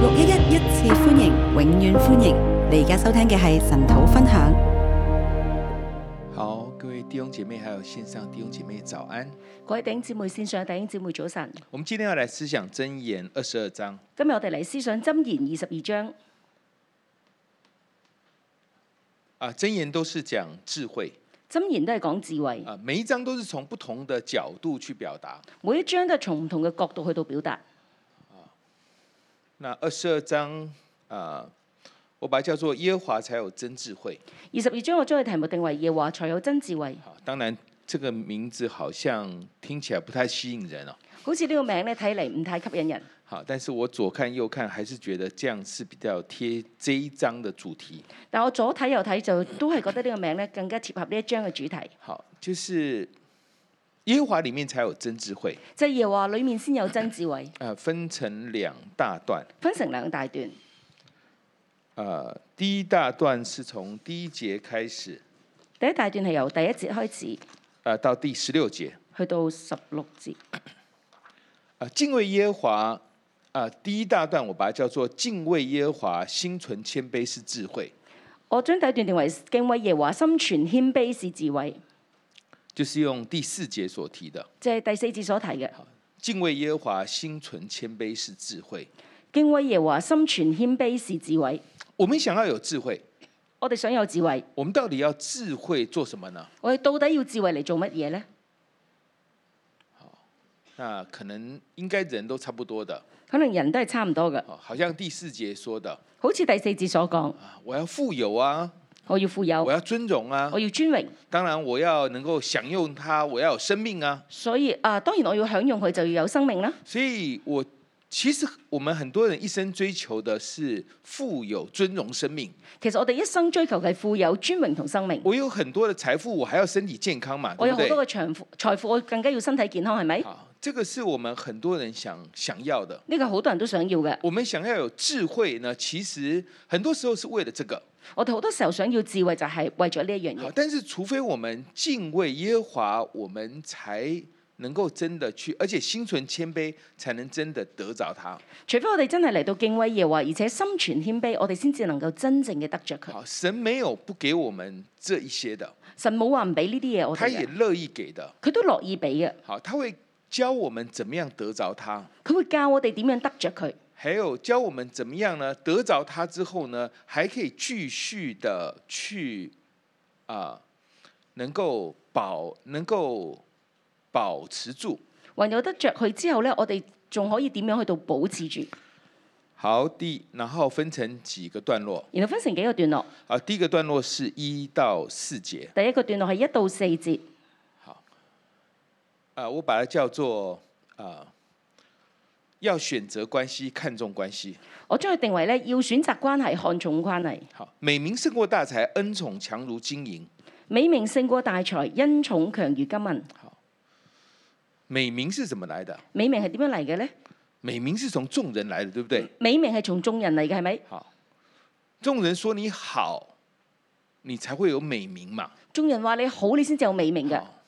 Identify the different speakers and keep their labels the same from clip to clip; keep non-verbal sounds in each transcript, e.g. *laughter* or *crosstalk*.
Speaker 1: 六一一一次歡迎，永遠歡迎！你而家收聽嘅係神土分享。
Speaker 2: 好，各位弟兄姐妹，还有线上弟兄姐妹，早安！
Speaker 3: 各位弟兄姊妹線上嘅弟兄姊妹早晨，
Speaker 2: 我们今天要来思想箴言二十二章。
Speaker 3: 今日我哋嚟思想箴言二十二章。
Speaker 2: 啊，箴言都是讲智慧
Speaker 3: 箴言都係講智慧，
Speaker 2: 啊，每一章都是从不同的角度去表达。
Speaker 3: 每一章都係從唔同嘅角度去到表達。
Speaker 2: 那二十二章啊，我把它叫做耶和华才有真智慧。
Speaker 3: 二十二章我將佢題目定為耶和華才有真智慧，
Speaker 2: 好，当然这个名字好像听起来不太吸引人哦。
Speaker 3: 好似呢個名咧睇嚟唔太吸引人。
Speaker 2: 好，但是我左看右看，还是觉得这样是比较贴这一章的主题。
Speaker 3: 但我左睇右睇就都係覺得呢個名咧更加貼合呢一章嘅主題，
Speaker 2: 好，就是耶和華里面才有真智慧。
Speaker 3: 就係耶和華裡面先有真智慧，
Speaker 2: 呃，分成两大段。
Speaker 3: 分成兩大段。
Speaker 2: 呃，第一大段是从第一节开始，
Speaker 3: 第一大段係由第一節開始，
Speaker 2: 呃，到第十六节。
Speaker 3: 去到十六節。
Speaker 2: 呃，敬畏耶和华，呃，第一大段我把它叫做敬畏耶和华，心存谦卑是智慧，
Speaker 3: 我將第一段定為敬畏耶和華，心存謙卑是智慧，
Speaker 2: 就是用第四节所提的。
Speaker 3: 就係、第四節所提嘅。
Speaker 2: 敬畏耶和华，心存谦卑是智慧。
Speaker 3: 敬畏耶和華，心存謙卑是智慧。
Speaker 2: 我们想要有智慧，
Speaker 3: 我哋想有智慧，
Speaker 2: 我们到底要智慧做什么呢？
Speaker 3: 我哋到底要智慧嚟做乜嘢呢？
Speaker 2: 那可能应该人都差不多的，
Speaker 3: 可能人都係差唔多嘅，
Speaker 2: 哦好像第四节说的
Speaker 3: 好似第四節所講，
Speaker 2: 啊，我要富有啊，
Speaker 3: 我要富有
Speaker 2: 我，要尊荣啊，
Speaker 3: 我要尊榮，
Speaker 2: 当然，我要能够享用它，我要有生命啊。
Speaker 3: 所以啊，當然我要享用佢就要有生命啦。
Speaker 2: 所以我其实我们很多人一生追求的是富有、尊荣、生命。
Speaker 3: 其實我哋一生追求嘅係富有、尊榮同生命。
Speaker 2: 我有很多的财富，我还要身体健康嘛，
Speaker 3: 我
Speaker 2: 对
Speaker 3: 有
Speaker 2: 不
Speaker 3: 好多
Speaker 2: 对？
Speaker 3: 嘅長富財富，我更加要身體健康，係咪？
Speaker 2: 好，这个是我们很多人想想要的。
Speaker 3: 呢個好多人都想要嘅。
Speaker 2: 我们想要有智慧呢，其实很多时候是为了这个。
Speaker 3: 我哋好多時候想要智慧，就係為咗呢一樣
Speaker 2: 好，
Speaker 3: 嘢。
Speaker 2: 但是除非我们敬畏耶和华，我们才能够真的去，而且心存谦卑，才能真的得着它。
Speaker 3: 除非我哋真係嚟到敬畏耶和華，而且心存謙卑，我哋先至能夠真正嘅得着佢。
Speaker 2: 好，神没有不给我们这一些的。
Speaker 3: 神冇話唔俾呢啲嘢我
Speaker 2: 他
Speaker 3: 哋
Speaker 2: 也
Speaker 3: 嘅，
Speaker 2: 乐意给的。
Speaker 3: 佢都樂意俾嘅。
Speaker 2: 好，他会教我们怎么样得着他，
Speaker 3: 佢會教我哋點樣得着佢，
Speaker 2: 还有教我们怎么样呢？得着他之后呢，还可以继续的去啊、能够保，能够保持住。
Speaker 3: 還有得着佢之後呢，我哋仲可以點樣去到保持住？
Speaker 2: 好，第然后分成几个段落
Speaker 3: 然後分成幾個段落，
Speaker 2: 啊。第一个段落是一到四节
Speaker 3: 第一個段落係一到四節，
Speaker 2: 啊，我把它叫做啊，要选择关系，看重关系。
Speaker 3: 我將佢定為呢：要選擇關係，看重關係，
Speaker 2: 好，美名胜过大财，恩宠强如金银。
Speaker 3: 美名勝過大財，恩寵強如金銀。
Speaker 2: 美名是怎么来的？
Speaker 3: 美名係點樣嚟嘅呢？
Speaker 2: 美名是从众人来的，对不对？
Speaker 3: 美名係從眾人嚟嘅，係咪？
Speaker 2: 好，众人说你好，你才会有美名嘛。
Speaker 3: 眾人話你好，你先至有美名嘅。
Speaker 2: 好，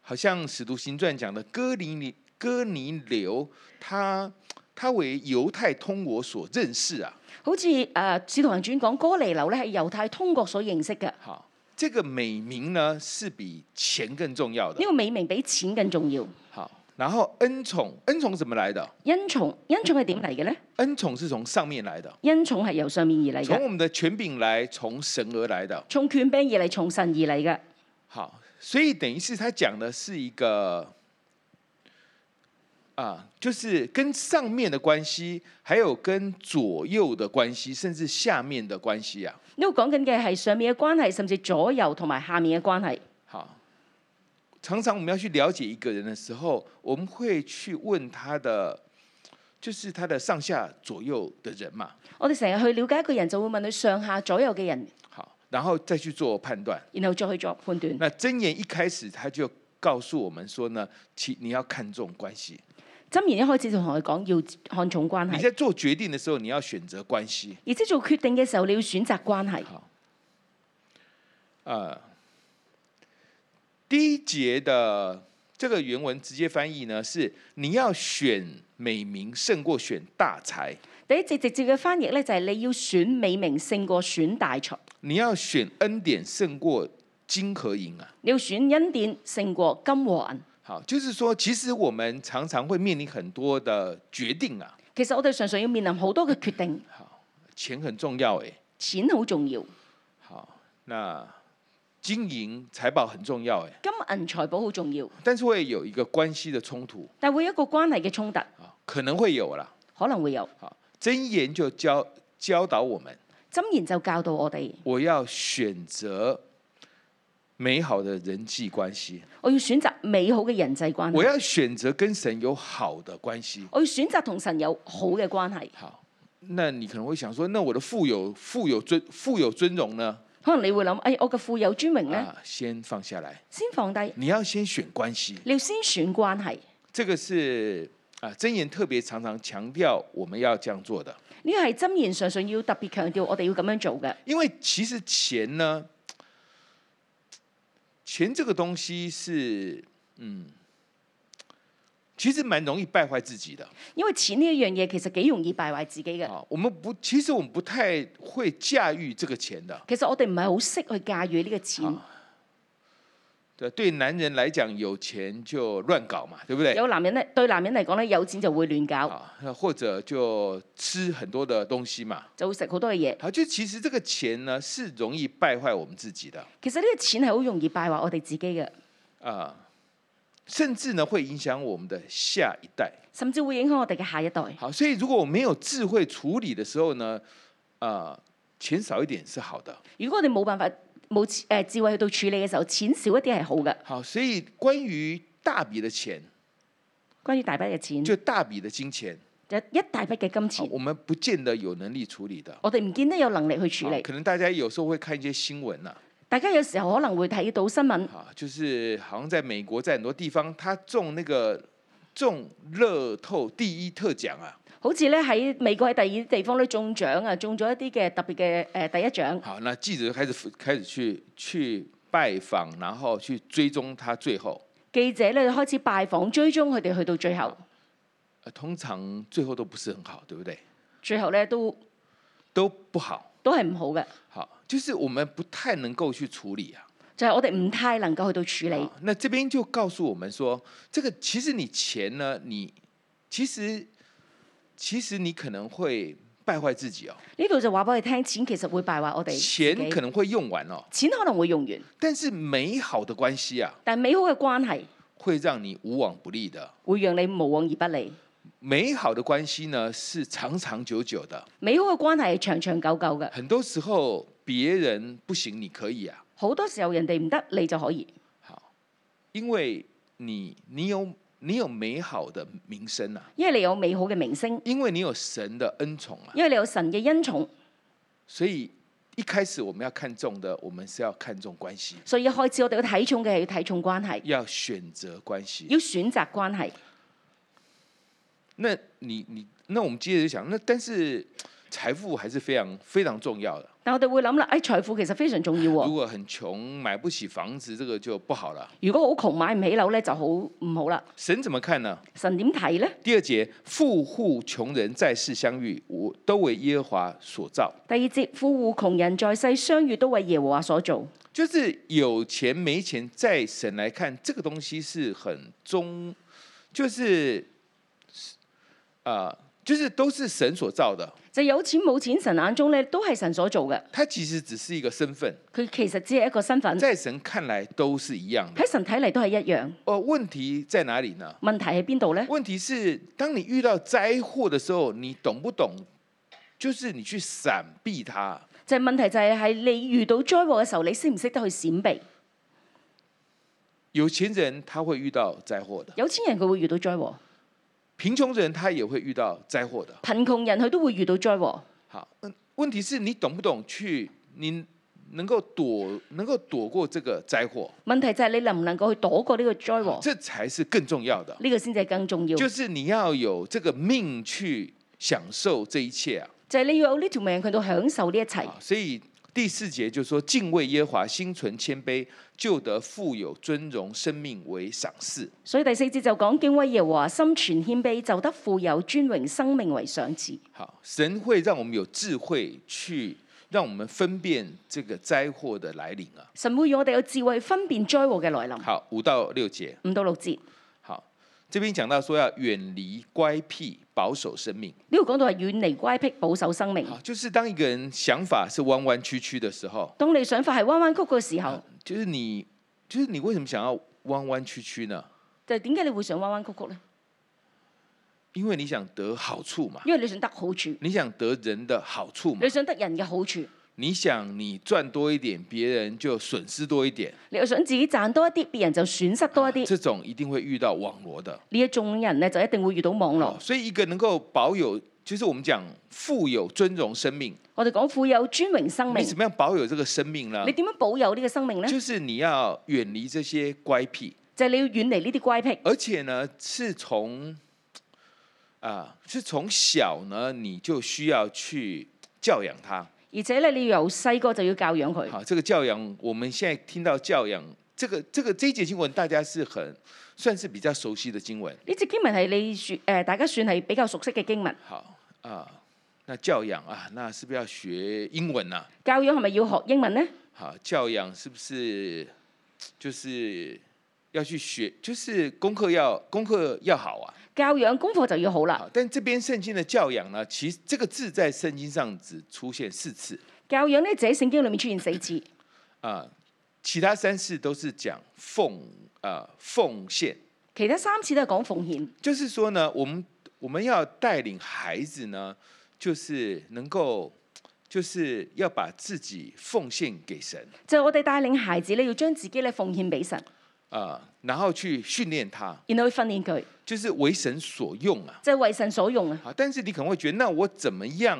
Speaker 2: 好像《使徒行传》讲的哥尼哥尼流，他他为犹太通我所认识啊。
Speaker 3: 好似誒《使徒行傳》講哥尼流呢係猶太通國所認識嘅，呢、
Speaker 2: 好，这个美名呢是比钱更重要的。
Speaker 3: 個美名比錢更重要。
Speaker 2: 好，然后恩宠，恩宠怎么来的？
Speaker 3: 恩寵，恩寵係點嚟嘅呢？
Speaker 2: 恩宠是从上面来的，
Speaker 3: 恩寵係由上面而嚟
Speaker 2: 从
Speaker 3: 嘅，
Speaker 2: 我们的权柄来，从神而来的。
Speaker 3: 從權柄而嚟，從神而嚟嘅。
Speaker 2: 好，所以等于是他讲的是一个啊，就是跟上面的关系，还有跟左右的关系，甚至下面的关系啊。
Speaker 3: 呢度講緊嘅係上面嘅關係，甚至左右同埋下面嘅關係。
Speaker 2: 好，常常我们要去了解一个人的时候，我们会去问他的，就是他的上下左右的人嘛。
Speaker 3: 我哋成日去了解一個人，就會問佢上下左右嘅人，
Speaker 2: 好，然后再去做判断。
Speaker 3: 然後再去作判斷。
Speaker 2: 那箴言一开始他就告诉我们说呢，其你要看重关系，
Speaker 3: 箴言一開始就同佢講要看重關
Speaker 2: 你
Speaker 3: 係，
Speaker 2: 在做决定的时候，你要选择关系。
Speaker 3: 而且做決定嘅時候你要選擇關係。
Speaker 2: 好，啊呃，第一节的这个原文直接翻译呢是：你要选美名胜过选大财，
Speaker 3: 第一節直接嘅翻譯咧就係、你要選美名勝過選大財，
Speaker 2: 你要选恩典胜过金和银啊。
Speaker 3: 你要選恩典勝過金和銀。
Speaker 2: 好，就是说，其实我们常常会面临很多的决定啊。
Speaker 3: 其實我哋常常要面臨好多嘅決定，
Speaker 2: 好，钱很重要诶。
Speaker 3: 錢好重要，
Speaker 2: 好，那金银财宝很重要诶。欸
Speaker 3: 金銀財寶好重要，
Speaker 2: 但是會有一個關係的衝突
Speaker 3: 但會有一個關係嘅衝突
Speaker 2: 啊，可能會有啦。
Speaker 3: 可能會有。
Speaker 2: 好，箴言就教教導我們，
Speaker 3: 箴言就教導我哋，
Speaker 2: 我要選擇美好的人際關係，
Speaker 3: 我要選擇美好嘅人際關
Speaker 2: 我
Speaker 3: 係，
Speaker 2: 要選擇跟神有好的關係。
Speaker 3: 我要選擇同神有好嘅關係。
Speaker 2: 好，那你可能會想說，那我的富有、富有尊、富有尊榮呢？
Speaker 3: 可能你會諗，誒、我嘅富有尊榮呢，
Speaker 2: 啊，先放下來，
Speaker 3: 先放低，
Speaker 2: 你要先選關係。
Speaker 3: 你要先選關係。
Speaker 2: 這個是啊，箴言特別常常強調我們要這樣做的。
Speaker 3: 呢個係箴言常常要特別強調，我哋要咁樣做嘅。
Speaker 2: 因为其实钱呢，钱这个东西是，嗯，其实蛮容易败坏自己的。
Speaker 3: 因為錢呢一樣嘢其實幾容易敗壞自己嘅。
Speaker 2: 啊，我们不，其实我们不太会驾驭这个钱的。
Speaker 3: 其實我哋唔係好識去駕馭呢個錢。
Speaker 2: 啊对，对男人来讲，有钱就乱搞嘛，对不对？
Speaker 3: 有男人咧，對男人嚟講咧，有錢就會亂搞，
Speaker 2: 啊，那或者就吃很多的东西嘛。
Speaker 3: 就會食好多嘅嘢。
Speaker 2: 好，就其实这个钱呢，是容易败坏我们自己的
Speaker 3: 其實呢個錢係好容易敗壞我哋自己嘅，
Speaker 2: 啊，甚至呢会影响我们的下一代。
Speaker 3: 甚至會影響我哋嘅下一代。
Speaker 2: 好，所以如果我没有智慧处理的时候呢，呃，钱少一点是好的。
Speaker 3: 如果我哋冇辦法冇誒智慧去到處理嘅時候，錢少一啲係好嘅。
Speaker 2: 好，所以关于大笔的钱，
Speaker 3: 關於大筆嘅錢，
Speaker 2: 就大笔的金钱，
Speaker 3: 就一大筆嘅金
Speaker 2: 好
Speaker 3: 錢，
Speaker 2: 我们不见得有能力处理的。
Speaker 3: 我哋唔見得有能力去處
Speaker 2: 好
Speaker 3: 理。
Speaker 2: 可能大家有时候会看一些新闻呐、
Speaker 3: 大家有時候可能會睇到新聞，
Speaker 2: 啊，就是好像在美国，在很多地方，他中那个中乐透第一特奖啊，
Speaker 3: 好似咧喺美國喺第二啲地方咧中獎啊，中咗一啲嘅特別嘅誒第一獎。
Speaker 2: 好，那记者就开始开始去去拜访，然后去追踪他最后，
Speaker 3: 記者咧開始拜訪追蹤佢哋去到最後，
Speaker 2: 呃通常最后都不是很好，对不对？
Speaker 3: 最後咧都
Speaker 2: 都不好。
Speaker 3: 都係唔好嘅，
Speaker 2: 好，就是我们不太能够去处理啊。
Speaker 3: 就係、我哋唔太能夠去到處理
Speaker 2: 好。那这边就告诉我们说，这个其实你钱呢，你其实其实你可能会败坏自己哦，
Speaker 3: 呢度就話俾我哋聽，錢其實會敗壞我哋自己。
Speaker 2: 钱可能會用完哦，
Speaker 3: 錢可能會用完，
Speaker 2: 但是美好的关系啊，
Speaker 3: 但美好嘅關係
Speaker 2: 会让你无往不利的。
Speaker 3: 會讓你無往而不利。
Speaker 2: 美好的关系呢，是长长久久的，
Speaker 3: 美好嘅關係係長長久久嘅，
Speaker 2: 很多时候别人不行，你可以啊，
Speaker 3: 好多時候人哋唔得你就可以，
Speaker 2: 因为你你有你有美好的名声啊，
Speaker 3: 因為你有美好嘅名聲，
Speaker 2: 因为你有神的恩宠啊。
Speaker 3: 因為你有神嘅恩寵，
Speaker 2: 所以一开始我们要看重的，我们是要看重关系，
Speaker 3: 所以一開始我哋要睇重嘅係要睇重關係，
Speaker 2: 要选择关系。
Speaker 3: 要選擇關係。
Speaker 2: 那你你那我们接着就想，那但是财富还是非常非常重要的。
Speaker 3: 但我哋會諗啦，誒、財富其實非常重要喎
Speaker 2: 如。果很穷，买不起房子，这個就不好了。
Speaker 3: 如果好窮買唔起樓咧，就好唔好啦。
Speaker 2: 神怎么看呢？
Speaker 3: 啊神點睇咧？
Speaker 2: 第二节，富户穷人在世相遇，我都为耶和华所造。
Speaker 3: 第二節，富戶窮人在世相遇都為耶和華所做。
Speaker 2: 就是有钱没钱，在神来看，这个东西是很中，就是，啊、就是都是神所造的。
Speaker 3: 就有錢冇錢，神眼中咧都係神所做嘅。
Speaker 2: 它其实只是一个身份，
Speaker 3: 佢其實只係一個身份，
Speaker 2: 在神看来都是一样的。
Speaker 3: 喺神睇嚟都係一樣。
Speaker 2: 呃，问题在哪里呢？
Speaker 3: 問題喺邊度咧？
Speaker 2: 问题是，当你遇到灾祸的时候，你懂不懂？就是你去闪避它。
Speaker 3: 就係、問題就係喺你遇到災禍嘅時候，你識唔識得去閃避？
Speaker 2: 有钱人他会遇到灾祸的，
Speaker 3: 有錢人佢會遇到災禍，
Speaker 2: 贫穷人他也會遇到灾祸的。
Speaker 3: 貧窮人佢都會遇到災禍。
Speaker 2: 好，嗯，问题是你懂不懂去，你能够躲，能够躲过这个灾祸，
Speaker 3: 問題就係你能唔能夠去躲過呢個災禍？
Speaker 2: 这才是更重要的。
Speaker 3: 呢個先至係更重要。
Speaker 2: 就是你要有这个命去享受这一切啊。
Speaker 3: 就係你要有呢條命，佢到享受呢一切。
Speaker 2: 好所以第四节就说敬畏耶和华，心存谦卑，就得富有尊荣，生命为赏赐。
Speaker 3: 所以第四節就講敬畏耶和華，心存謙卑，就得富有尊榮，生命為賞賜。
Speaker 2: 好，神会让我们有智慧去让我们分辨这个灾祸的来临啊。
Speaker 3: 神會讓我哋有智慧分辨災禍嘅來臨。
Speaker 2: 好，五到六节，
Speaker 3: 五到六節
Speaker 2: 好，这边讲到说要远离乖僻，保守生命。
Speaker 3: 呢度講到係遠離乖僻，保守生命。
Speaker 2: 好，就是当一个人想法是弯弯曲曲的时候，
Speaker 3: 當你想法係彎彎曲嘅時候，
Speaker 2: 就是你，就是你为什么想要弯弯曲曲呢？
Speaker 3: 就係點解你會想彎彎曲曲呢？
Speaker 2: 因為你想得好处嘛，
Speaker 3: 因為你想得好處，
Speaker 2: 你想得人的好处嘛
Speaker 3: 你，想得人嘅好處，
Speaker 2: 你想你賺多一点，别人就損失多一点，啊
Speaker 3: 你又想自己賺多一啲，別人就損失多一啲。
Speaker 2: 这種一定會遇到網羅的。哦
Speaker 3: 呢一種人呢，就一定會遇到網絡。
Speaker 2: 所以一个能夠保有，就是我们讲富有尊榮生命，
Speaker 3: 我哋講富有尊榮生
Speaker 2: 你
Speaker 3: 命，
Speaker 2: 怎么样保有这个生命呢
Speaker 3: 哦你？點樣保有呢個生命呢？
Speaker 2: 就是你要遠離这些乖僻，
Speaker 3: 就係你要遠離呢啲乖僻，
Speaker 2: 而且呢是从啊、是从小呢你就需要去教養它。
Speaker 3: 而且咧你要由細個就要教養佢。
Speaker 2: 好，啊这个教养，我们现在听到教养这个这个这一节经文，大家是很算是比较熟悉的经文。
Speaker 3: 呢節經文係你算誒、呃大家算係比較熟悉嘅經文。
Speaker 2: 好啊，那教养啊，那是不是要学英文啊呐、
Speaker 3: 教養係咪要學英文呢？
Speaker 2: 好，教养是不是就是要去学，就是功课要功课要好啊？
Speaker 3: 教養功課就要好啦。
Speaker 2: 好，但这边圣经的教养呢，其实这个字在圣经上只出现四次
Speaker 3: 教養呢，就喺聖經裏面出現四次，
Speaker 2: *clears throat* 啊，其他三次都是讲奉啊奉献。
Speaker 3: 其他三次都係講奉獻，
Speaker 2: 就是说呢，我们我们要带领孩子呢，就是能够，就是要把自己奉献给神
Speaker 3: 就係、我哋帶領孩子咧，要將自己咧奉獻俾神，
Speaker 2: 啊、然后去訓練他，
Speaker 3: 然後去訓練佢，
Speaker 2: 就是为神所用啊。
Speaker 3: 就係、為神所用啊。
Speaker 2: 好，但是你可能会觉得，那我怎么樣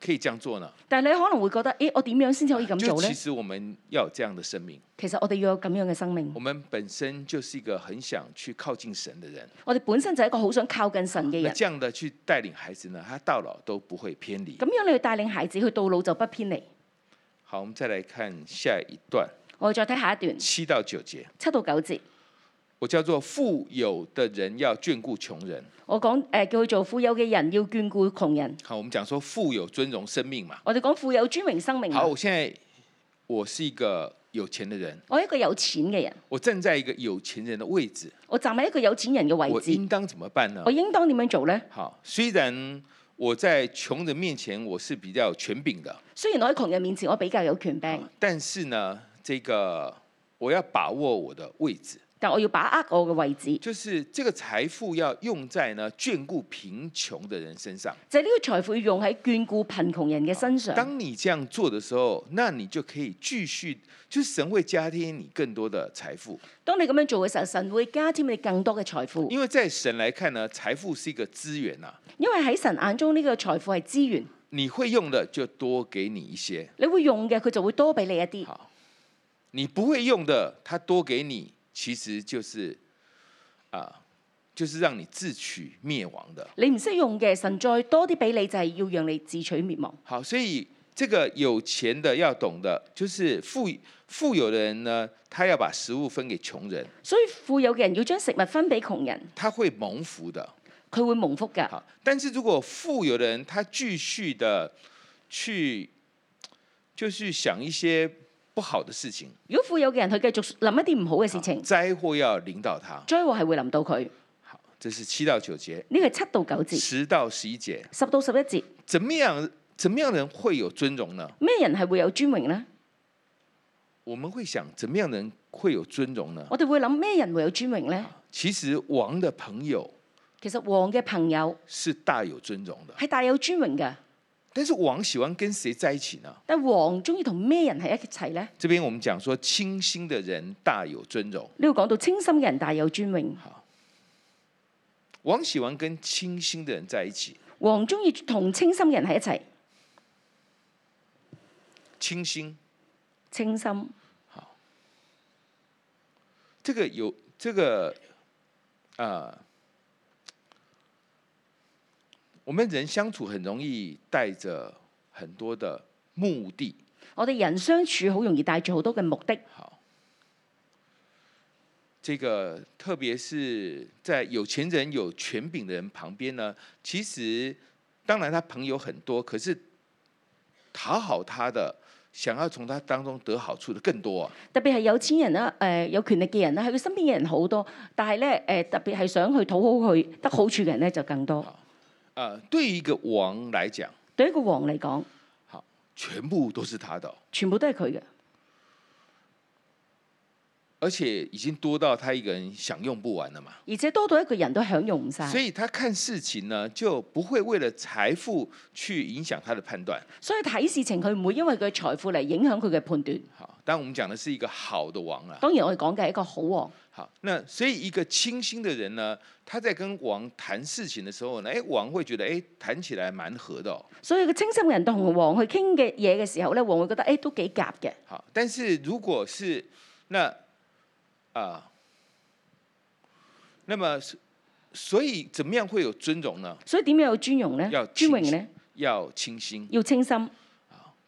Speaker 2: 可以这樣做呢？
Speaker 3: 但係你可能會覺得，咦，我點樣先至可以咁
Speaker 2: 就
Speaker 3: 做呢
Speaker 2: 其？實我們要有這樣的生命，
Speaker 3: 其實我哋要有咁樣嘅生命
Speaker 2: 我，們本身就是一個很想去靠近神的人。
Speaker 3: 我哋本身就係一個好想靠近神嘅
Speaker 2: 那
Speaker 3: 人。
Speaker 2: 这样的去帶領孩子呢，他到老都不會偏離
Speaker 3: 咁。樣你要帶領孩子去到老就不偏離。
Speaker 2: 好，我們再來看下一段
Speaker 3: 我哋再睇下一段
Speaker 2: 七到九節。
Speaker 3: 七到九節，
Speaker 2: 我叫做富有的人要眷顾穷人。
Speaker 3: 我講誒、叫佢做富有嘅人要眷顧窮人。
Speaker 2: 好，我們講說富有尊榮生命嘛。
Speaker 3: 我哋講富有尊榮生命啊。
Speaker 2: 好，我現在我是一個有錢的人，
Speaker 3: 我係一個有錢嘅人，
Speaker 2: 我站在一個有錢人的位置，
Speaker 3: 我站喺一個有錢人嘅哦位
Speaker 2: 我啊
Speaker 3: 置，
Speaker 2: 應當怎麼辦呢
Speaker 3: 我？應當點樣做呢？
Speaker 2: 好，雖然我在窮人面前我是比較有權柄的，
Speaker 3: 雖然我喺窮人面前我比較有權柄，
Speaker 2: 但是呢，这个我要把握我的位置，
Speaker 3: 但我要把握我嘅位置，
Speaker 2: 就是這個財富要用在呢眷顾貧窮的人身上。
Speaker 3: 就係、呢個財富要用喺眷顧貧窮人嘅身上。
Speaker 2: 当你这样做的时候，那你就可以继续，就是神会加添你更多的财富，
Speaker 3: 當你咁樣做嘅時候，神會加添你更多嘅財富，
Speaker 2: 因为在神来看呢，财富是一個资源呐、
Speaker 3: 因為喺神眼中呢個財富係資源，
Speaker 2: 你會用的就多給你一些，
Speaker 3: 你會用嘅佢就會多俾你一啲，
Speaker 2: 好，你不会用的，他多給你，其實就是啊、就是让你自取灭亡的。
Speaker 3: 你唔識用嘅，神再多啲俾你就係要讓你自取滅亡。
Speaker 2: 好，所以这個有錢的要懂的，就是富富有的人呢，他要把食物分給窮人，
Speaker 3: 所以富有嘅人要將食物分俾窮人，
Speaker 2: 他會蒙福的。啊
Speaker 3: 佢會蒙福㗎。
Speaker 2: 好，但是如果富有的人他继续的去，就是想一些不好的事情，
Speaker 3: 如果富有嘅人佢繼續諗一啲唔好嘅事情，
Speaker 2: 灾祸啊要领导他。
Speaker 3: 災禍係會臨到佢。
Speaker 2: 好，這是七到九节，
Speaker 3: 呢個係七到九節，
Speaker 2: 十到十一节，
Speaker 3: 十到十一節，
Speaker 2: 怎么样？怎么样人会有尊荣呢？
Speaker 3: 咩人係會有尊榮呢？
Speaker 2: 我们会想，怎么样人会有尊荣呢？
Speaker 3: 我哋會諗咩人會有尊榮呢？
Speaker 2: 其实王的朋友
Speaker 3: 其實王嘅朋友
Speaker 2: 是大有尊荣的，
Speaker 3: 係大有尊榮㗎，
Speaker 2: 但是王喜欢跟谁在一起呢？
Speaker 3: 但王中意同咩人喺一齊呢？
Speaker 2: 这边我们讲说，清心的人大有尊荣。
Speaker 3: 呢度講到清心嘅人大有尊榮，
Speaker 2: 啊王喜欢跟清心的人在一起，
Speaker 3: 王中意同清心嘅人喺一齊。
Speaker 2: 清心
Speaker 3: 清心
Speaker 2: 这个有这个呃，我们人相处很容易带着很多的目的，
Speaker 3: 我哋人相處好容易帶住好多嘅目的，
Speaker 2: 好，这个特别是在有钱人、有权柄的人旁边呢，其实当然他朋友很多，可是讨好他的、想要从他当中得好处的更多啊。
Speaker 3: 特別係有錢人啦，誒、有權力嘅人啦，喺佢身邊嘅人好多，但係咧誒特別係想去討好佢得好處嘅人咧就更多。
Speaker 2: 呃，对于一个王来讲，
Speaker 3: 對一個王嚟講，
Speaker 2: 好，全部都是他的哦、
Speaker 3: 全部都係佢嘅，
Speaker 2: 而且已经多到他一个人享用不完了嘛。
Speaker 3: 而且多到一個人都享用唔晒
Speaker 2: 所。以他看事情呢，就不会为了财富去影响他的判断。
Speaker 3: 所以睇事情佢唔會因為佢嘅財富嚟影響佢嘅判斷。
Speaker 2: 好，當然啊我们讲的是一个好的王啊。
Speaker 3: 當然我哋講嘅係一個好王。
Speaker 2: 好，那所以一个清新的人呢，他在跟王谈事情的时候呢，哎，王会觉得哎，谈起来蛮合的、哦。
Speaker 3: 所以個清心嘅人同王去傾嘅嘢嘅時候咧，王會覺得誒、都幾夾嘅。
Speaker 2: 好，但是如果是那啊、那么是所以怎么样会有尊荣呢？
Speaker 3: 所以點樣有尊容咧
Speaker 2: 有？
Speaker 3: 尊
Speaker 2: 清
Speaker 3: 榮咧
Speaker 2: 要清新，
Speaker 3: 要清心，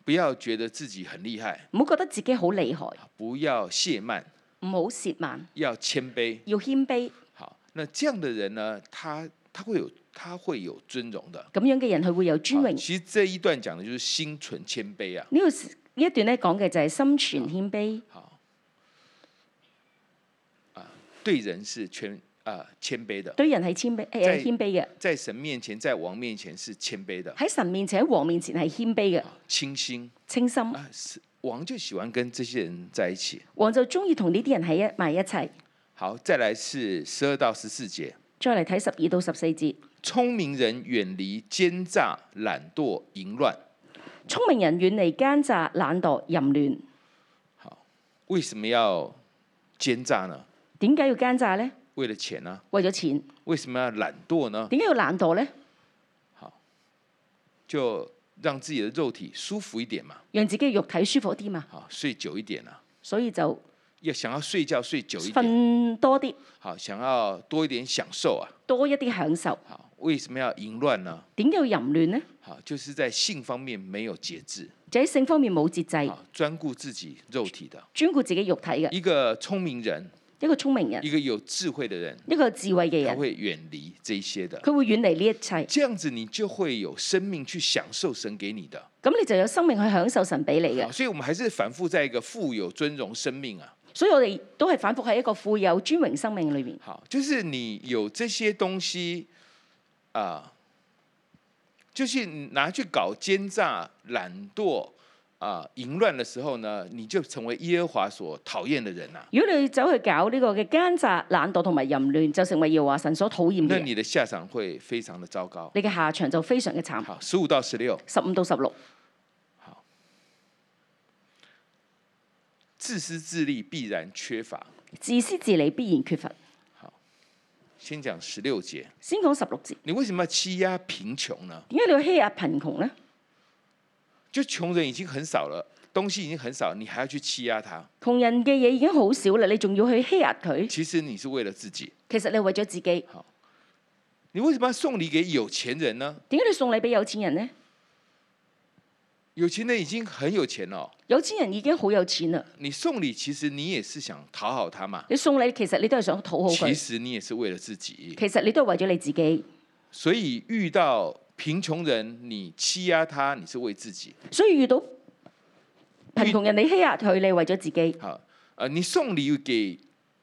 Speaker 2: 不要觉得自己很厉害，
Speaker 3: 唔好覺得自己好厲害，
Speaker 2: 不要懈慢，
Speaker 3: 唔好褻慢，
Speaker 2: 要谦卑。
Speaker 3: 要謙卑。
Speaker 2: 好，那这样的人呢，他他会有他会有尊荣的。
Speaker 3: 咁樣嘅人佢會有尊
Speaker 2: 好
Speaker 3: 榮。
Speaker 2: 其实这一段讲的就是心存谦卑啊。
Speaker 3: 呢個時呢一段咧講嘅就係心存
Speaker 2: 嗯
Speaker 3: 謙卑，
Speaker 2: 好，啊，对人是谦啊谦卑的，
Speaker 3: 對人係謙卑
Speaker 2: 在
Speaker 3: 誒謙卑嘅，
Speaker 2: 在神面前，在王面前是谦卑的，
Speaker 3: 喺神面前喺王面前係謙卑嘅，
Speaker 2: 啊清新
Speaker 3: 清心。
Speaker 2: 啊，是王就喜欢跟这些人在一起。
Speaker 3: 王就中意同呢啲人喺一埋一齊。
Speaker 2: 好，再来是十二到十四节，
Speaker 3: 再嚟睇十二到十四節，
Speaker 2: 聪明人远离奸诈、懒惰、淫乱。
Speaker 3: 聰明人遠離奸詐、懶惰、淫亂。
Speaker 2: 为什么要奸诈呢？
Speaker 3: 點解要奸詐呢？
Speaker 2: 为了钱呢、
Speaker 3: 為咗錢。
Speaker 2: 为什么要懒惰呢？
Speaker 3: 點解要懶惰呢？
Speaker 2: 就让自己的肉体舒服一点嘛，
Speaker 3: 讓自己嘅肉體舒服啲嘛，
Speaker 2: 好睡久一点啊，
Speaker 3: 所以就
Speaker 2: 要想要睡觉睡久一点。
Speaker 3: 瞓多啲，
Speaker 2: 好，想要多一点享受啊。
Speaker 3: 多一啲享受。
Speaker 2: 好，为什么要淫乱呢？
Speaker 3: 點解要淫亂呢？
Speaker 2: 好，就是在性方面没有节制，
Speaker 3: 就喺性方面冇節制，
Speaker 2: 啊，专顾自己肉体的。
Speaker 3: 專顧自己肉體嘅
Speaker 2: 一个聪明人，
Speaker 3: 一個聰明人，
Speaker 2: 一个有智慧的人，
Speaker 3: 一個有智慧嘅
Speaker 2: 他
Speaker 3: 人，
Speaker 2: 会远离这些的。
Speaker 3: 佢會遠離呢一切。
Speaker 2: 这样子，你就会有生命去享受神给你的。
Speaker 3: 咁你就有生命去享受神俾你
Speaker 2: 好，
Speaker 3: 嘅。
Speaker 2: 所以我们还是反复在一个富有尊荣生命啊。
Speaker 3: 所以我哋都係反覆喺一個富有尊榮生命裏面。
Speaker 2: 好，就是你有这些东西啊、就是你拿去搞奸诈、懒惰啊、淫乱的时候呢，你就成为耶和华所讨厌的人啊呐、
Speaker 3: 如果你走去搞呢個嘅奸詐、懶惰同埋淫亂，就成為耶和華神所討厭
Speaker 2: 那
Speaker 3: 嘅人，
Speaker 2: 你的下场会非常的糟糕。
Speaker 3: 你嘅下場就非常嘅慘。
Speaker 2: 好，十五到十六，
Speaker 3: 十五到十六，
Speaker 2: 自私自利必然缺乏。
Speaker 3: 自私自利必然缺乏。
Speaker 2: 先讲十六节，
Speaker 3: 先講十六節，
Speaker 2: 你为什么要欺压贫穷呢？
Speaker 3: 點解你要欺壓貧窮呢？
Speaker 2: 就穷人已经很少了，东西已经很少，你还要去欺压他，
Speaker 3: 窮人嘅嘢已經好少啦，你仲要去欺壓佢？
Speaker 2: 其实你是为了自己。
Speaker 3: 其實你為咗自己，點
Speaker 2: 你为什么要送礼给有钱人呢？
Speaker 3: 解你送禮俾有錢人呢？
Speaker 2: 有钱人已经很有钱了、
Speaker 3: 有錢人已經好有錢啦，
Speaker 2: 你送礼其实你也是想讨好他嘛，
Speaker 3: 你送禮其實你都係想討好
Speaker 2: 其
Speaker 3: 佢，
Speaker 2: 实你也是为了自己。
Speaker 3: 其實你都係為咗你自己。
Speaker 2: 所以遇到贫穷人，你欺压他，你是为自己。
Speaker 3: 所以遇到貧窮人，你欺壓佢，你為咗自己。
Speaker 2: 好，呃，你送礼给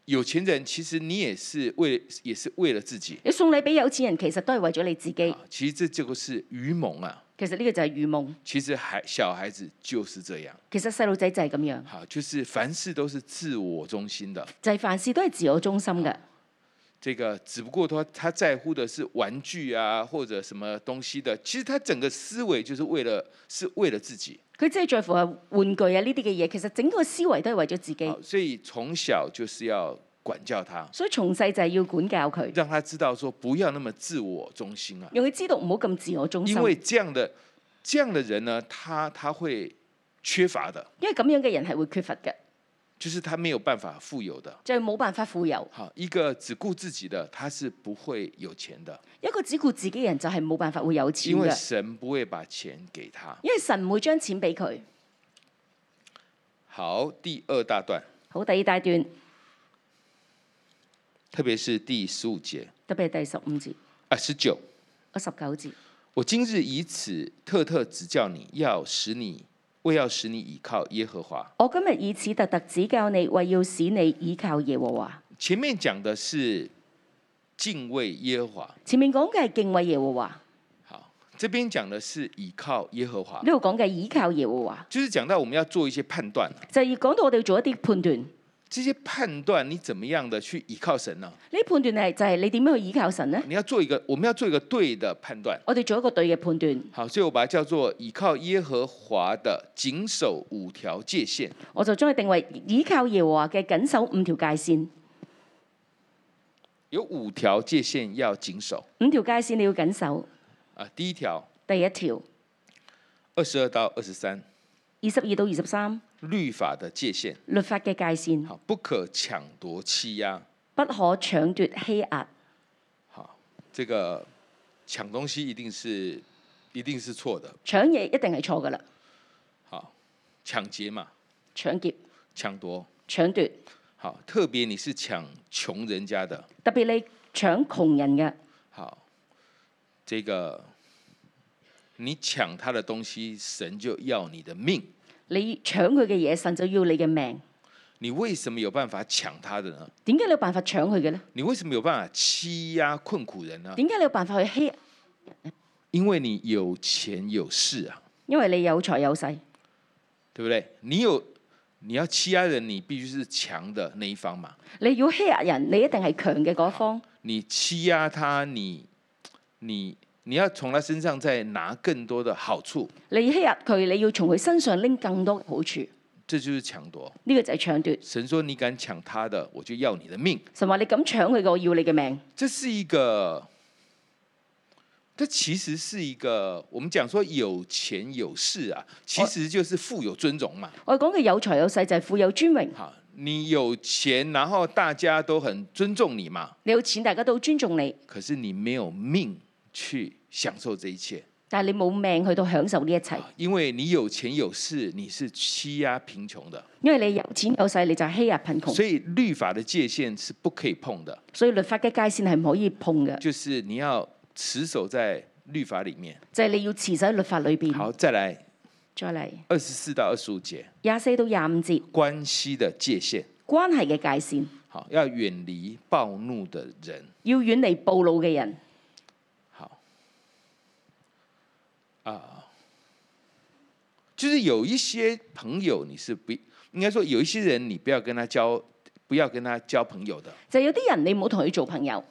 Speaker 2: 有钱人，其实你也是为也是为了自己。
Speaker 3: 你送禮俾有錢人，其實都係為咗你自己
Speaker 2: 啊。，其实这就是愚蒙啊。
Speaker 3: 其實呢個就係愚蒙。
Speaker 2: 其实孩小孩子就是这样，
Speaker 3: 其實細路仔就係咁樣，
Speaker 2: 好，就是凡事都是自我中心的。
Speaker 3: 就係、凡事都係自我中心嘅。
Speaker 2: 这个只不过他他在乎的是玩具啊或者什么东西的，其实他整个思维就是为了是为了自己，
Speaker 3: 佢只係在乎係玩具啊呢啲嘅嘢，其實整個思維都係為咗自己
Speaker 2: 好。所以从小就是要管教他，
Speaker 3: 所以從細就係要管教佢，
Speaker 2: 让他知道说不要那么自我中心啊，
Speaker 3: 讓佢知道唔好咁自我中心
Speaker 2: 因。为这样的这样的人呢，他他会缺乏的，
Speaker 3: 因為咁樣嘅人係會缺乏嘅，
Speaker 2: 就是他没有办法富有的。
Speaker 3: 就係冇辦法富有。
Speaker 2: 好，一个只顾自己的，他是不会有钱的，
Speaker 3: 一個只顧自己嘅人就係冇辦法會有錢
Speaker 2: 因为
Speaker 3: 嘅，
Speaker 2: 神不会把钱给他。
Speaker 3: 因為神唔會將錢俾佢。
Speaker 2: 好，第二大段，
Speaker 3: 好，第二大段
Speaker 2: 特别是第十五节
Speaker 3: 特別係第十五節、
Speaker 2: 啊十九
Speaker 3: 啊十九節。
Speaker 2: 我今日以此特特指教你，要使你为要使你倚靠耶和华。
Speaker 3: 我今日以此特特指教你，為要使你倚靠耶和華。
Speaker 2: 前面讲的是敬畏耶和华，
Speaker 3: 前面講嘅係敬畏耶和華，
Speaker 2: 好，这边讲的是倚靠耶和华
Speaker 3: 呢，度講嘅係倚靠耶和華，
Speaker 2: 就是讲到我们要做一些判断，
Speaker 3: 就係講到我哋要做一啲判斷。呢
Speaker 2: 这些判断你怎么样的去倚靠神呢、
Speaker 3: 啲判斷係就係你點樣去倚靠神呢？
Speaker 2: 你要做一个，我们要做一个对的判断。
Speaker 3: 我哋做一個對嘅判斷，
Speaker 2: 好，所以我把它叫做倚靠耶和华的谨守五条界限。
Speaker 3: 我就將佢定為倚靠耶和華嘅緊守五條界線。
Speaker 2: 有五条界限要谨守
Speaker 3: 五條界線你要緊守。
Speaker 2: 啊。第一条，
Speaker 3: 第一條
Speaker 2: 二十二到二十三，
Speaker 3: 二十二到二十三，
Speaker 2: 律法的界限。
Speaker 3: 律法嘅界線，
Speaker 2: 好，不可抢夺欺压。
Speaker 3: 不可搶奪欺壓。
Speaker 2: 好，这个抢东西一定是一定是错的。
Speaker 3: 搶嘢一定係錯㗎啦，
Speaker 2: 好，抢劫嘛，
Speaker 3: 搶劫、
Speaker 2: 抢夺。
Speaker 3: 搶奪，
Speaker 2: 好，特别你是抢穷人家的。
Speaker 3: 特別你搶窮人嘅，
Speaker 2: 好，这个你抢他的东西，神就要你的命。
Speaker 3: 你搶佢嘅嘢，神就要你嘅命。
Speaker 2: 你为什么有辦法搶他的呢？
Speaker 3: 點解你有辦法搶佢嘅咧？
Speaker 2: 你為什麼有辦法欺壓困苦人呢？
Speaker 3: 點解你有辦法去欺？
Speaker 2: 因為你有錢有勢啊，
Speaker 3: 因為你有財有勢，
Speaker 2: 對不對？你有你要欺壓人，你必須是強的那一方嘛。
Speaker 3: 你要欺壓人，你一定係強嘅嗰一方。
Speaker 2: 你欺壓他，你你你要從他身上再拿更多的好處，
Speaker 3: 你欺壓佢，你要從佢身上拎更多嘅好處。
Speaker 2: 這就是搶奪。
Speaker 3: 呢、個就係搶奪。
Speaker 2: 神說：“你敢搶他的，我就要你的命。
Speaker 3: 神話你咁搶佢嘅，我要你嘅命。”
Speaker 2: 这是一个，这其實是一个，我們講說有錢有勢啊，其實就是富有尊榮嘛。
Speaker 3: 我講嘅有財有勢就係富有尊榮，
Speaker 2: 好，你有钱，然后大家都很尊重你嘛，
Speaker 3: 你有錢，大家都尊重你，
Speaker 2: 可是你没有命去享受这一切，
Speaker 3: 但係你冇命去到享受呢一切，
Speaker 2: 因为你有钱有势，你是欺压贫穷的，
Speaker 3: 因為你有錢有勢，你就係欺壓貧窮。
Speaker 2: 所以律法的界限是不可以碰的，
Speaker 3: 所以律法嘅界線係唔可以碰嘅，
Speaker 2: 就是你要持守在律法里面。
Speaker 3: 就係、你要持守喺律法裏邊。
Speaker 2: 好，再来
Speaker 3: 再嚟
Speaker 2: 二十四到二十五节，
Speaker 3: 廿四到廿五節，
Speaker 2: 关系的界限，
Speaker 3: 關係嘅界線
Speaker 2: 好，要远离暴怒的人，
Speaker 3: 要遠離暴怒嘅人。
Speaker 2: 好，啊、就是有一些朋友你是不应该说有一些人你不要跟他交，不要跟他交朋友的，
Speaker 3: 就有啲人你唔好同佢做朋友，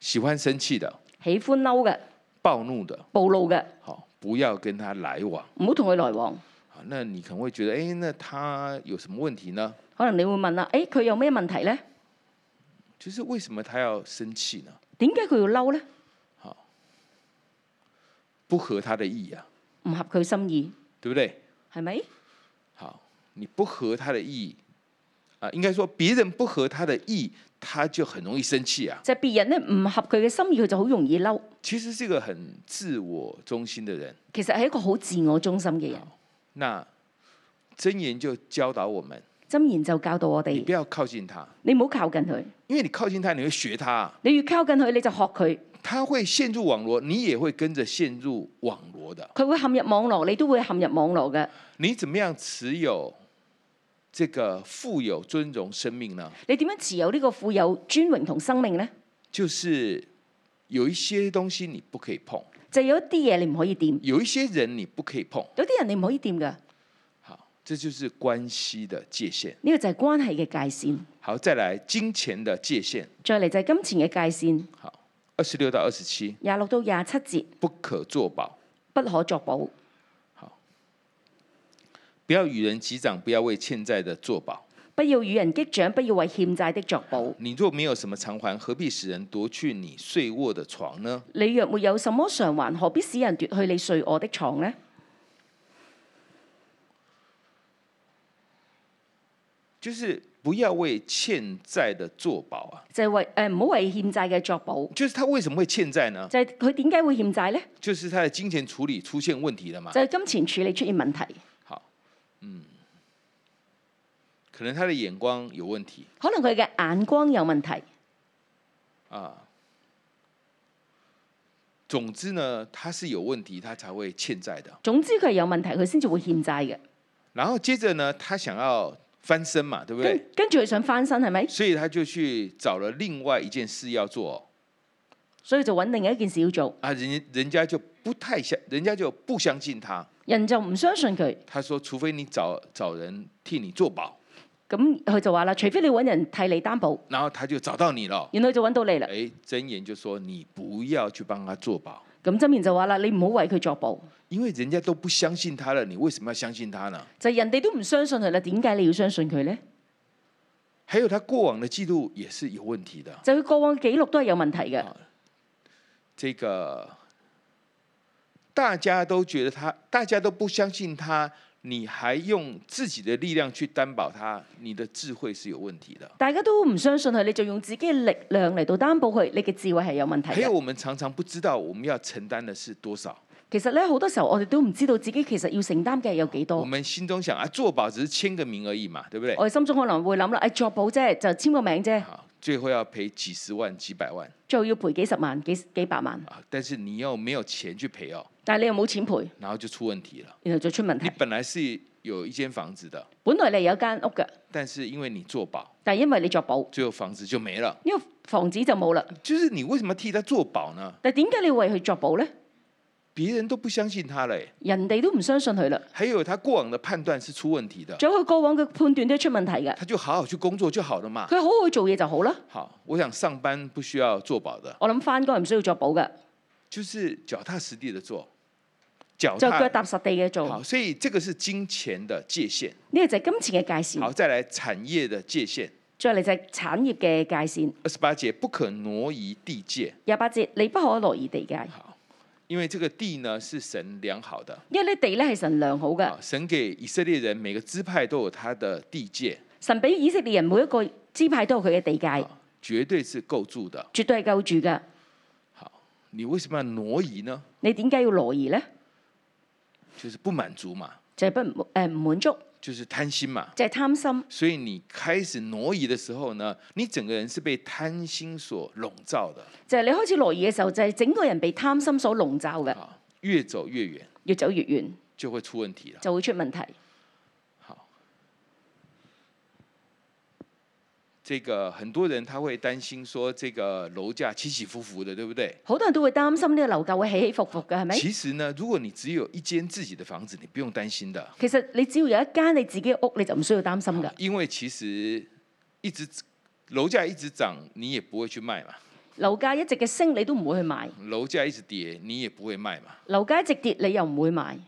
Speaker 2: 喜欢生气的、
Speaker 3: 喜歡嬲嘅、
Speaker 2: 暴怒的，
Speaker 3: 暴怒嘅，
Speaker 2: 好，不要跟他来往。
Speaker 3: 唔好同佢來往。
Speaker 2: 好，那你可能会觉得，哎，那他有什么问题呢？
Speaker 3: 可能你會問啦，誒、佢有咩問題呢？
Speaker 2: 就是为什么他要生气呢？
Speaker 3: 點解佢要嬲呢？
Speaker 2: 不合他的意啊，
Speaker 3: 唔合佢心意
Speaker 2: 对不对？
Speaker 3: 係咪？
Speaker 2: 好，你不合他的意啊，应该说别人不合他的意，他就很容易生气啊。
Speaker 3: 就係、別人咧唔合佢嘅心意，佢就好容易嬲。
Speaker 2: 其实是一个很自我中心的人。
Speaker 3: 其實係一個好自我中心嘅人。
Speaker 2: 那真言就教导我们，
Speaker 3: 箴言就教導我
Speaker 2: 你
Speaker 3: 哋
Speaker 2: 不，要靠近他，
Speaker 3: 你唔好靠近佢，
Speaker 2: 因為你靠近他，你会学他，啊
Speaker 3: 你越靠近佢你就學佢，
Speaker 2: 他会陷入网罗，你也會跟着陷入网罗的。
Speaker 3: 佢會陷入網絡，你都會陷入網絡嘅。
Speaker 2: 你怎么样持有这个富有尊荣生命呢？
Speaker 3: 你點樣持有呢個富有尊榮同生命呢？
Speaker 2: 就是有一些东西你不可以碰，
Speaker 3: 就係有一啲嘢你唔可以掂，
Speaker 2: 有一些人你不可以碰。
Speaker 3: 有啲人你唔可以掂嘅。呢、
Speaker 2: 好，这就是关系的界限。
Speaker 3: 個就係關係嘅界線。
Speaker 2: 好，再来金钱的界限。
Speaker 3: 再嚟就係金錢嘅界線，
Speaker 2: 好，二十六到二十七，
Speaker 3: 廿六到廿七節
Speaker 2: 不可作保。
Speaker 3: 不可作保，唔
Speaker 2: 不要与人击掌，不要为欠债的作保。
Speaker 3: 不要與人擊掌，不要為欠債的作保。
Speaker 2: 你若没有什么偿还，何必使人夺去你睡卧的床呢？
Speaker 3: 你若沒有什麼償還，何必使人奪去你睡我的床呢？
Speaker 2: 就是不要为欠债的作保啊！
Speaker 3: 就係為呃誒唔好為欠債嘅作保。
Speaker 2: 就是他为什么会欠债呢？
Speaker 3: 就係佢點解會欠債呢？
Speaker 2: 就是他的金钱处理出现问题了嘛
Speaker 3: 就。係金錢處理出現問題。
Speaker 2: 好，嗯，可能他的眼光有问题
Speaker 3: 可能佢嘅眼光有問題。
Speaker 2: 啊。总之呢，他是有问题，他才會欠債的。
Speaker 3: 總之佢係有問題，佢先至會欠債嘅。
Speaker 2: 然后接着呢，他想要翻身嘛，对不对？
Speaker 3: 跟跟住佢想翻身係咪？
Speaker 2: 所以他就去找了另外一件事要做哦
Speaker 3: 所以就揾另一件事要做，
Speaker 2: 啊，人人家就不太相，人家就不相信他。
Speaker 3: 人就唔相信佢，
Speaker 2: 他说，除非你找找人替你做保，
Speaker 3: 咁佢就話啦：除非你揾人替你擔保，
Speaker 2: 然后他就找到你了。
Speaker 3: 然後就揾到你啦。
Speaker 2: 哎，真言就说你不要去幫他做保，
Speaker 3: 咁真言就話啦：你唔好為佢作保，
Speaker 2: 因為人家都不相信他了，你為什麼要相信他呢？
Speaker 3: 就係人哋都唔相信佢啦，點解你要相信佢呢？
Speaker 2: 还有他过往的记錄也是有問題的。
Speaker 3: 就佢過往記錄都係有問題
Speaker 2: 啊
Speaker 3: 嘅。
Speaker 2: 这个大家都觉得他，大家都不相信他，你还用自己的力量去担保他，你的智慧是有问题的。
Speaker 3: 大家都唔相信佢，你就用自己嘅力量嚟到擔保佢，你嘅智慧係有問題
Speaker 2: 还有
Speaker 3: 嘅。
Speaker 2: 我们常常不知道我们要承担的是多少，
Speaker 3: 其實咧，好多時候我哋都唔知道自己其實要承擔嘅有幾
Speaker 2: 我
Speaker 3: 多。
Speaker 2: 们心中想啊，做保只是签个名而已嘛，對不對？
Speaker 3: 我哋心中可能會諗啦：，誒、作保啫，就簽個名啫，
Speaker 2: 啊，最後要賠幾十萬、幾百萬
Speaker 3: 最後要賠幾十萬、幾幾百萬，
Speaker 2: 啊，但是你又沒有錢去賠哦，
Speaker 3: 但係你又冇錢賠，
Speaker 2: 然後就出問題了。
Speaker 3: 然後就出問
Speaker 2: 你
Speaker 3: 題。
Speaker 2: 本來是有一間房子的，
Speaker 3: 本來你有間屋嘅，
Speaker 2: 但是因為你做保，
Speaker 3: 但係因為你作保，呢、
Speaker 2: 最後房子就沒了。
Speaker 3: 個房子就冇啦。
Speaker 2: 就是你為什麼替他做保呢？
Speaker 3: 但係點解你為佢作保呢？
Speaker 2: 别人都不相信他嘞，
Speaker 3: 人哋都唔相信佢啦，
Speaker 2: 还有他过往的判断是出问题的，
Speaker 3: 仲有佢過往嘅判斷都係出問題嘅。
Speaker 2: 他就好好去工作就好了嘛。
Speaker 3: 佢好好做嘢就好啦。
Speaker 2: 好，我想上班不需要做保的，
Speaker 3: 我諗翻工係唔需要作保嘅，
Speaker 2: 就是脚踏实地的做，脚
Speaker 3: 就
Speaker 2: 踏
Speaker 3: 腳踏實地嘅做。
Speaker 2: 好，所以这个是金钱的界限。
Speaker 3: 呢個就係金錢嘅界
Speaker 2: 好，
Speaker 3: 線，
Speaker 2: 再來产業的界限，
Speaker 3: 再嚟就係產業嘅界線。
Speaker 2: 二十八节不可挪移地界。
Speaker 3: 廿八節，你不可挪移地界，
Speaker 2: 好，因为这个地呢是神量好的，
Speaker 3: 因為呢地咧係神良好嘅
Speaker 2: 啊，，神给以色列人每个支派都有他的地界，
Speaker 3: 神俾以色列人每一個支派都有佢嘅地界，
Speaker 2: 啊，绝对是够住的。
Speaker 3: 絕對係救住嘅。
Speaker 2: 你为什么要挪移呢？
Speaker 3: 你點解要挪移呢？
Speaker 2: 就是不满足嘛。
Speaker 3: 就係不誒唔滿足，
Speaker 2: 就是贪心嘛。
Speaker 3: 就係、貪心。
Speaker 2: 所以你开始挪移的时候呢，你整个人是被贪心所笼罩的
Speaker 3: 就係、你開始挪移嘅時候，就係、整個人被貪心所籠罩嘅，
Speaker 2: 啊，越走越远
Speaker 3: 越走越遠
Speaker 2: 就会出问题了。
Speaker 3: 就會出問題。
Speaker 2: 这个很多人他会担心说，这个楼价起起伏伏的，對不對？
Speaker 3: 好多人都會擔心呢個樓價會起起伏伏嘅，係咪？
Speaker 2: 其實呢，如果你只有一間自己的房子，你不用担心的，
Speaker 3: 其實你只要有一間你自己嘅屋，你就唔需要擔心㗎。
Speaker 2: 因为其实一直楼价一直涨，你也不会去卖嘛；
Speaker 3: 樓價一直嘅升，你都唔會去買；
Speaker 2: 楼价一直跌，你也不會卖嘛。
Speaker 3: 樓價一直跌，你又唔會買。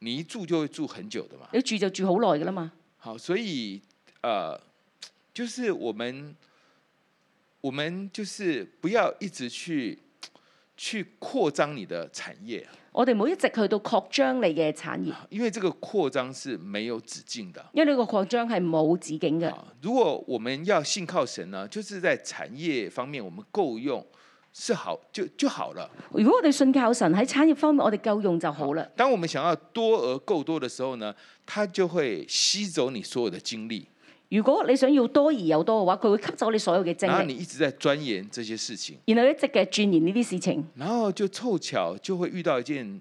Speaker 2: 你一住就会住很久的嘛。
Speaker 3: 你住就住好耐㗎啦嘛。
Speaker 2: 好，所以呃，就是我们我们就是不要一直去去扩张你的产业，啊
Speaker 3: 我哋唔好一直去到擴張你嘅產業，
Speaker 2: 因为这个扩張是没有止境的。
Speaker 3: 因為呢個擴張係冇止境嘅。
Speaker 2: 啊，如果我们要信靠神呢，就是在产业方面我们够用是好就就好了。
Speaker 3: 如果我哋信靠神喺產業方面，我哋夠用就好啦。
Speaker 2: 当我们想要多而够多的时候呢，它就会吸走你所有的精力，
Speaker 3: 如果你想要多而有多嘅話，佢會吸走你所有嘅精
Speaker 2: 然后你
Speaker 3: 力，
Speaker 2: 一直在钻研这些事情。
Speaker 3: 然後一直嘅鑽研呢啲事情，
Speaker 2: 然后就凑巧就会遇到一件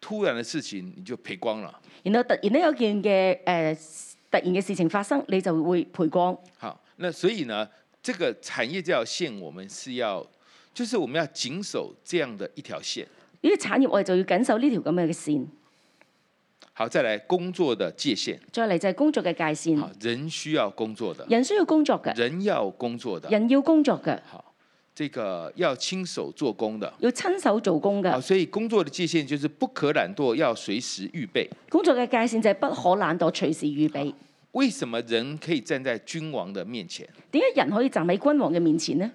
Speaker 2: 突然的事情，你就赔光了。
Speaker 3: 然後突然呢有件嘅誒、呃突然嘅事情發生，你就會賠光。
Speaker 2: 好，那所以呢，这个产业这条线我们是要，就是我们要谨守这样的一条线。
Speaker 3: 呢啲產業我哋就要緊守呢條咁嘅線。
Speaker 2: 好，再来工作的界限。
Speaker 3: 再嚟就係工作嘅界線
Speaker 2: 好，，人需要工作的，
Speaker 3: 人需要工作嘅，
Speaker 2: 人要工作的。
Speaker 3: 人要工作嘅，
Speaker 2: 好，这个要亲手做工的。
Speaker 3: 要親手做工
Speaker 2: 好，
Speaker 3: 嘅。
Speaker 2: 所以工作的界限就是不可懒惰，要随时预备。
Speaker 3: 工作嘅界線就係不可懶惰，隨時預備。
Speaker 2: 为什么人可以站在君王的面前？
Speaker 3: 點解人可以站喺君王嘅面前呢？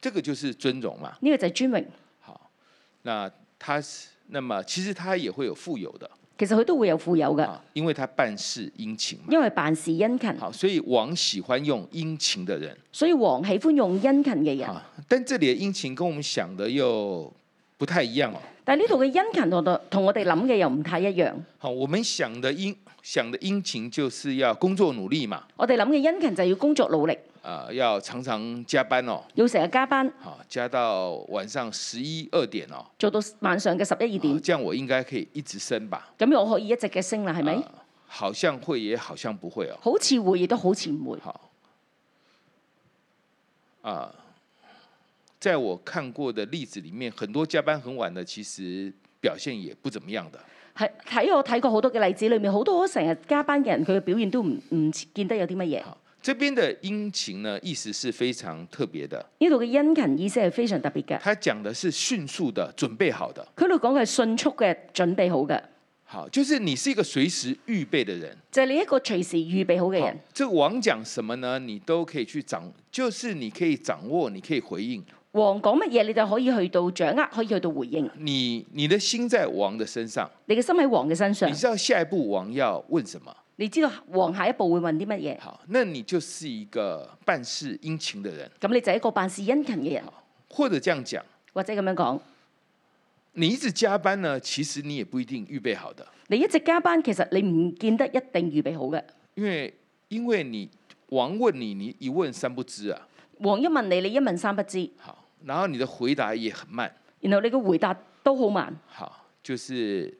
Speaker 2: 这个就是尊荣嘛。
Speaker 3: 呢、個就係尊榮。
Speaker 2: 好，那他是那么其实他也会有富有的
Speaker 3: 其實佢都會有富有嘅，
Speaker 2: 啊，因为他办事殷勤嘛。
Speaker 3: 因為辦事殷勤，
Speaker 2: 好，所以王喜欢用殷勤的人
Speaker 3: 所以王喜歡用殷勤嘅人。
Speaker 2: 啊，但这里的殷勤跟我们想的又不太一样哦。
Speaker 3: 但係呢度嘅殷勤同我同我哋諗嘅又唔太一樣。
Speaker 2: 好，我们想的殷想的殷勤就是要工作努力嘛，
Speaker 3: 我哋諗嘅殷勤就係要工作努力，
Speaker 2: 啊、要常常加班哦，
Speaker 3: 要成日加班
Speaker 2: 好、啊加到晚上十一二点哦，
Speaker 3: 做到晚上嘅十一二
Speaker 2: 啊
Speaker 3: 點，
Speaker 2: 这样我應該可以一直升吧？
Speaker 3: 咁我可以一直嘅升啦，係咪？
Speaker 2: 啊好像会也好像不会哦。
Speaker 3: 好似會亦都好似唔會。
Speaker 2: 好，啊，在我看过的例子里面，很多加班很晚的，其实表现也不怎么样的。
Speaker 3: 係睇我睇過好多嘅例子，裏面好多成日加班嘅人，佢嘅表現都唔唔見得有啲乜嘢。
Speaker 2: 好，这边的殷勤呢，意思是非常特别的，
Speaker 3: 呢度嘅殷勤意思係非常特別嘅，
Speaker 2: 他讲的是迅速的、准备好的。
Speaker 3: 佢度講嘅係迅速嘅準備好嘅，
Speaker 2: 好，就是你是一个隨時预备的人。
Speaker 3: 就係、你一個隨時預備好嘅
Speaker 2: 好
Speaker 3: 人。，
Speaker 2: 这个王讲什么呢？你都可以去掌，就是你可以掌握，你可以回应。
Speaker 3: 王講乜嘢，你就可以去到掌握，可以去到回應。
Speaker 2: 你你的心在王的身上，
Speaker 3: 你嘅心喺王嘅身上
Speaker 2: 你，知道下一步王要问什么。
Speaker 3: 你知道王下一步會問啲乜嘢，
Speaker 2: 好，那你就是一个办事殷勤的人，
Speaker 3: 咁你就係一個辦事殷勤嘅人，
Speaker 2: 或者这样讲，
Speaker 3: 或者咁樣講，
Speaker 2: 你一直加班呢，其实你也不一定预备好的，
Speaker 3: 你一直加班，其實你唔見得一定預備好嘅。
Speaker 2: 因为因为你王问你，你一问三不知啊。
Speaker 3: 王一問你，你一問三不知，
Speaker 2: 好，然后你的回答也很慢。
Speaker 3: 然後你嘅回答都好慢。
Speaker 2: 好，就是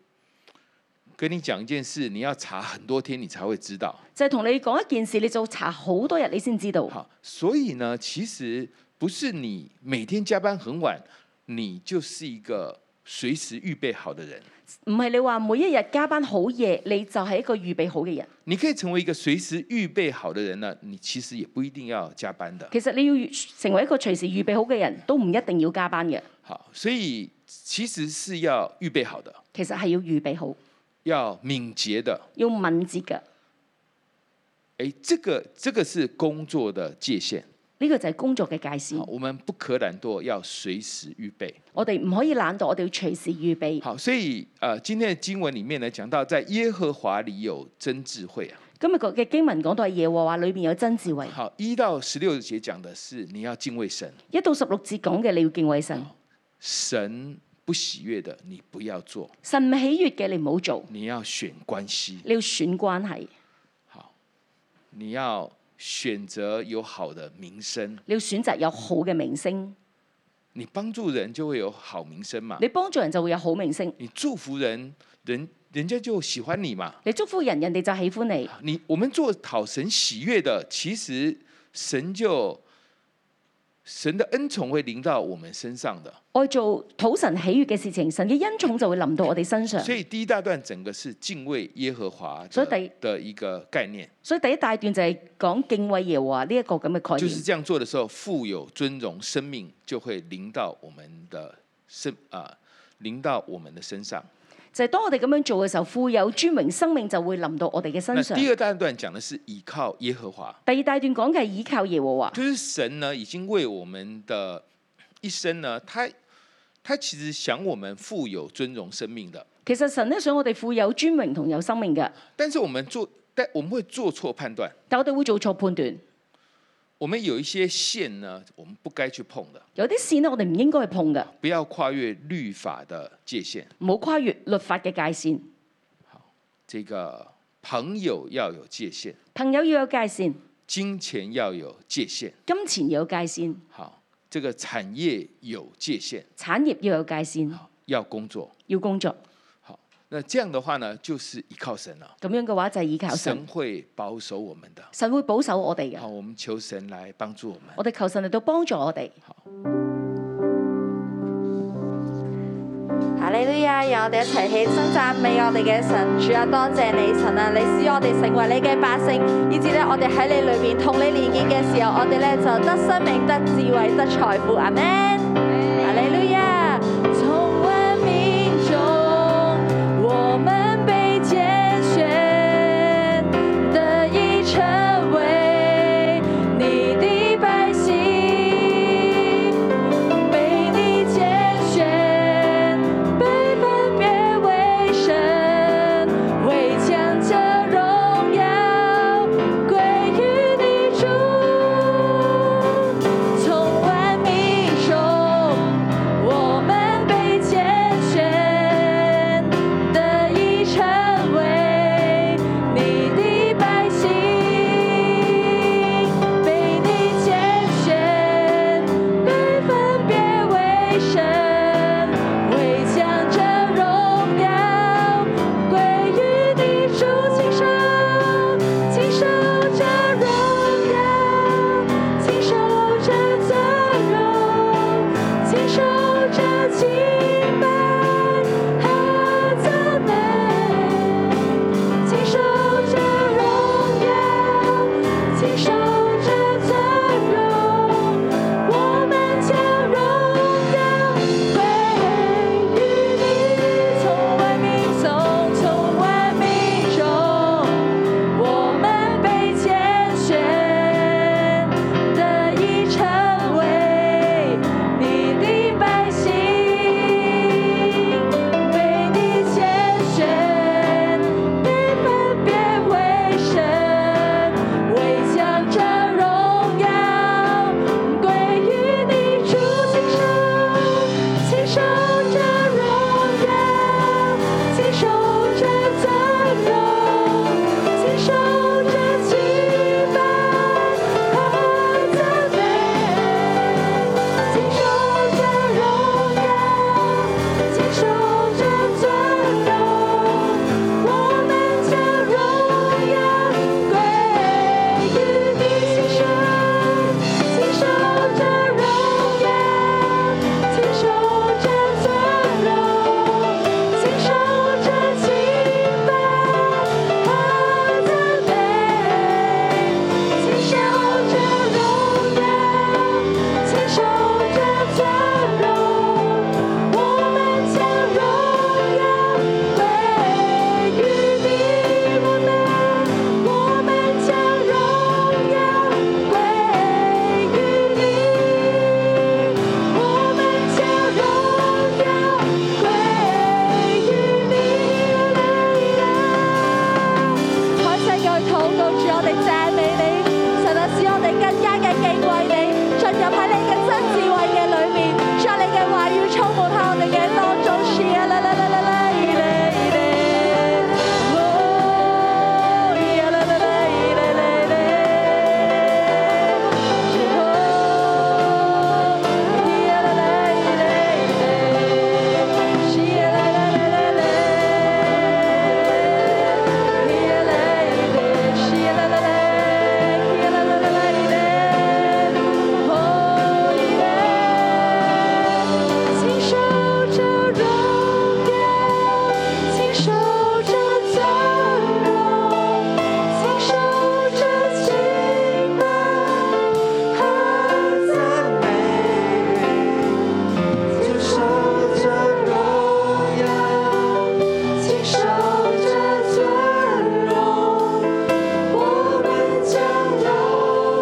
Speaker 2: 跟你讲一件事，你要查很多天，你才会知道。
Speaker 3: 就係同你講一件事，你就查好多日，你先知道。
Speaker 2: 好，所以呢，其实不是你每天加班很晚，你就是一个随时预备好的人。
Speaker 3: 唔係你話每一日加班好夜，你就係一個預備好嘅人。
Speaker 2: 你可以成为一个随时预备好的人呢，你其实也不一定要加班的。
Speaker 3: 其實你要成為一個隨時預備好嘅人，都唔一定要加班嘅。
Speaker 2: 好，所以其實是要預備好的，
Speaker 3: 其實係要預備好，
Speaker 2: 要敏捷的。
Speaker 3: 要敏捷嘅。
Speaker 2: 哎，这个这个是工作的界限。
Speaker 3: 呢、個就係工作嘅界
Speaker 2: 好，
Speaker 3: 線。
Speaker 2: 我们不可懶惰，要隨時預備。
Speaker 3: 我哋唔可以懶惰，我哋要隨時預備。
Speaker 2: 好，所以呃，今天的經文里面呢，讲到在耶和華里有真智慧啊。
Speaker 3: 今日個嘅經文講到係耶和華裏面有真智慧，
Speaker 2: 好，一到十六節講的是你要敬畏神，
Speaker 3: 一到十六節講嘅你要敬畏神，
Speaker 2: 神不喜悦的你不要做，
Speaker 3: 神唔喜悦嘅你唔好做，
Speaker 2: 你要選關係，
Speaker 3: 你要選關係，
Speaker 2: 你要選擇有好的名聲，
Speaker 3: 你要選擇有好嘅名聲，
Speaker 2: 你幫助人就會有好名聲嘛。
Speaker 3: 你幫助人就會有好名聲。
Speaker 2: 你祝福人，人人家就喜欢你嘛。
Speaker 3: 你祝福人，人哋就喜歡你。
Speaker 2: 你我们做讨神喜悦的，其实神就神的恩宠会临到我们身上的。
Speaker 3: 我做討神喜悦嘅事情，神嘅恩寵就會臨到我哋身上。
Speaker 2: 所以第一大段整个是敬畏耶和华
Speaker 3: 所以第
Speaker 2: 的的一个概念，
Speaker 3: 所以第一大段就係講敬畏耶和華呢一個咁嘅概
Speaker 2: 就是
Speaker 3: 念。
Speaker 2: 这样做的时候，富有尊荣，生命就会临到我们的身啊、临到我们的身上。
Speaker 3: 就係當我哋咁樣做嘅時候，富有尊榮生命就會臨到我哋嘅
Speaker 2: 那
Speaker 3: 身上。
Speaker 2: 第二大段讲的是倚靠耶和华，
Speaker 3: 第二大段講嘅係倚靠耶和華，
Speaker 2: 就是神呢，已经为我们的一生呢，他他其实想我们富有尊荣生命的，
Speaker 3: 其實神咧想我哋富有尊榮同有生命嘅，
Speaker 2: 但是我们做，但我们会做错判断，
Speaker 3: 但我哋會做錯判斷，
Speaker 2: 我们有一些线呢，我们不該去碰的，
Speaker 3: 有啲線咧我哋唔應該去碰嘅，
Speaker 2: 不要跨越律法的界限。
Speaker 3: 唔好跨越律法嘅界線。
Speaker 2: 这个朋友要有界限，
Speaker 3: 朋友要有界線，
Speaker 2: 金钱要有界限，
Speaker 3: 金錢要有界線，
Speaker 2: 好，这个产业有界限，
Speaker 3: 產業要有界線，
Speaker 2: 好，要工作，
Speaker 3: 要工作。
Speaker 2: 好，那这样的話呢，就是依靠神了，
Speaker 3: 咁樣嘅話就係倚靠神。
Speaker 2: 神會保守我们的。
Speaker 3: 神會保守我哋
Speaker 2: 好，
Speaker 3: 嘅。
Speaker 2: 我们求神来帮助我们。
Speaker 3: 我哋求神嚟到幫助我哋。
Speaker 4: 哈利路亞！讓我哋一齊起身讚美我哋嘅神，主啊，多謝你神啊！你使我哋成為你嘅百姓，以至咧我哋喺你裏面同你連結嘅時候，我哋咧就得生命、得智慧、得財富。阿門！哈利路亞！從萬民中，我們被揀選，得以成為你的百姓。被你拣选，被分别为神，为强者荣耀归于你主。从万民中，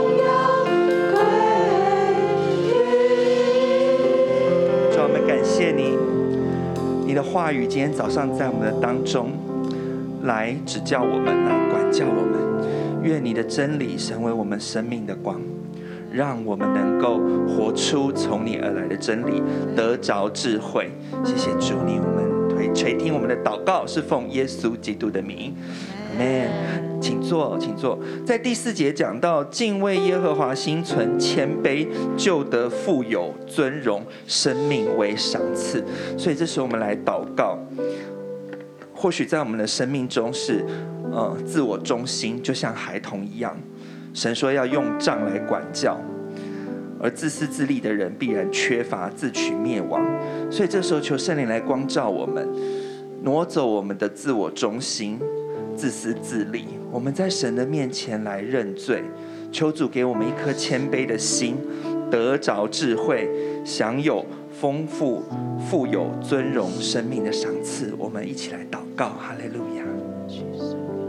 Speaker 5: 啊话语今天早上在我们的当中来指教我们，来管教我们。愿你的真理成为我们生命的光，让我们能够活出从你而来的真理，得着智慧。谢谢主你，我们垂垂听我们的祷告，是奉耶稣基督的名。Amen。请坐，请坐。在第四节讲到敬畏耶和华，心存谦卑，就得富有尊荣，生命为赏赐。所以这时候我们来祷告。或许在我们的生命中是，呃，自我中心，就像孩童一样。神说要用杖来管教，而自私自利的人必然缺乏自取灭亡。所以这时候求圣灵来光照我们，挪走我们的自我中心，自私自利，我们在神的面前来认罪，求主给我们一颗谦卑的心，得着智慧，享有丰富、富有尊荣生命的赏赐。我们一起来祷告，哈利路亚。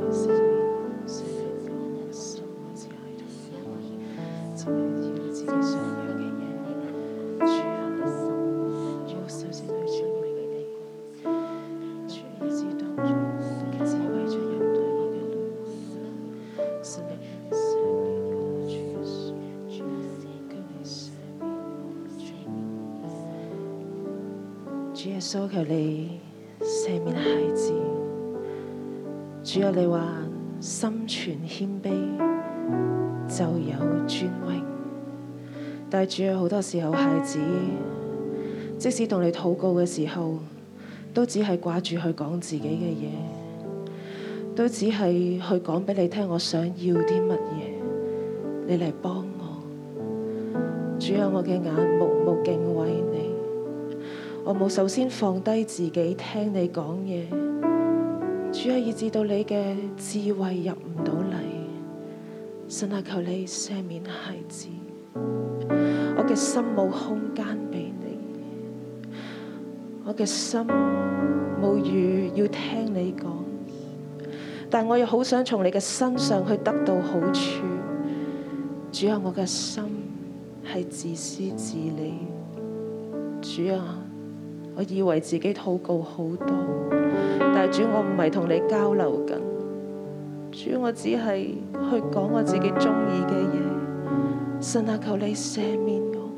Speaker 6: 主啊耶穌，求你赦免孩子。主啊，你話心存謙卑就有尊榮。但係主啊，好多時候孩子即使同你禱告嘅時候，都只係掛住去講自己嘅嘢，都只係去講俾你聽我想要啲乜嘢，你嚟幫我。主啊，我嘅眼目目敬畏你。我冇首先放低自己聽你講嘢，主啊，以至到你嘅智慧入唔到嚟，神啊，求你赦免孩子，我嘅心冇空間俾你，我嘅心冇預要聽你講，但我又好想從你嘅身上去得到好處，主啊，我嘅心係自私自利，主啊。我以為自己禱告好多，但係主我唔係同你交流緊，主我只係去講我自己中意嘅嘢。神啊，求你赦免我，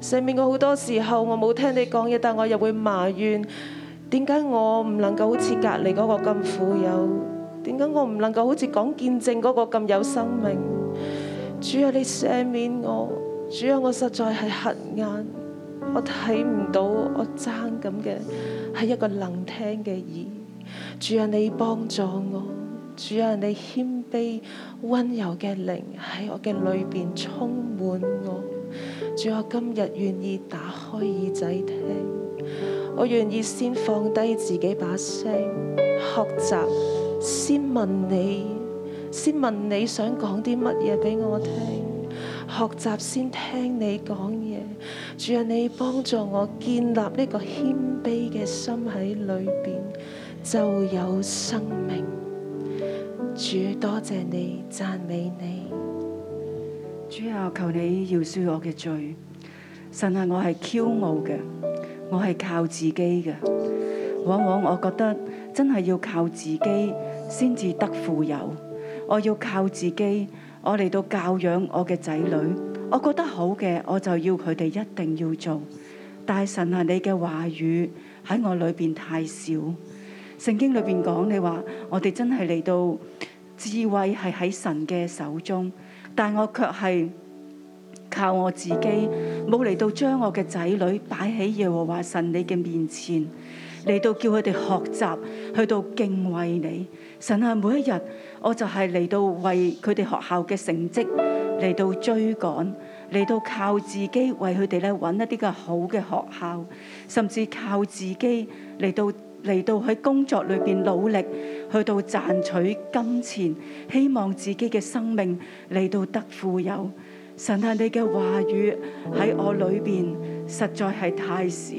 Speaker 6: 赦免我好多時候我冇聽你講嘢，但我又會埋怨點解我唔能夠好似隔離嗰個咁富有，點解我唔能夠好似講見證嗰個咁有生命？主啊，你赦免我，主啊，我實在係瞎眼。我睇唔到我爭咁嘅係一個能聽嘅耳。主啊，你幫助我。主啊，你謙卑温柔嘅靈喺我嘅裏邊充滿我。主啊，我今日願意打開耳仔聽，我願意先放低自己把聲，學習先問你，先問你想講啲乜嘢俾我聽，學習先聽你講嘢。主啊，你幫助我建立呢個謙卑嘅心喺裏邊，就有生命。主多謝你，讚美你。
Speaker 7: 主啊，求你饒恕我嘅罪。神啊，我係驕傲嘅，我係靠自己嘅。往往我覺得真係要靠自己先至得富有。我要靠自己，我嚟到教養我嘅仔女。我覺得好嘅，我就要佢哋一定要做。但係神啊，你嘅話語喺我裏邊太少。聖經裏邊講你話，我哋真係嚟到智慧係喺神嘅手中，但我卻係靠我自己，冇嚟到將我嘅仔女擺喺耶和華神你嘅面前，嚟到叫佢哋學習，去到敬畏你。神啊，每一日我就係嚟到為佢哋學校嘅成績嚟到追趕，嚟到靠自己為佢哋咧揾一啲嘅好嘅學校，甚至靠自己嚟到嚟到喺工作裏邊努力，去到賺取金錢，希望自己嘅生命嚟到得富有。神啊，你嘅話語喺我裏邊實在係太少。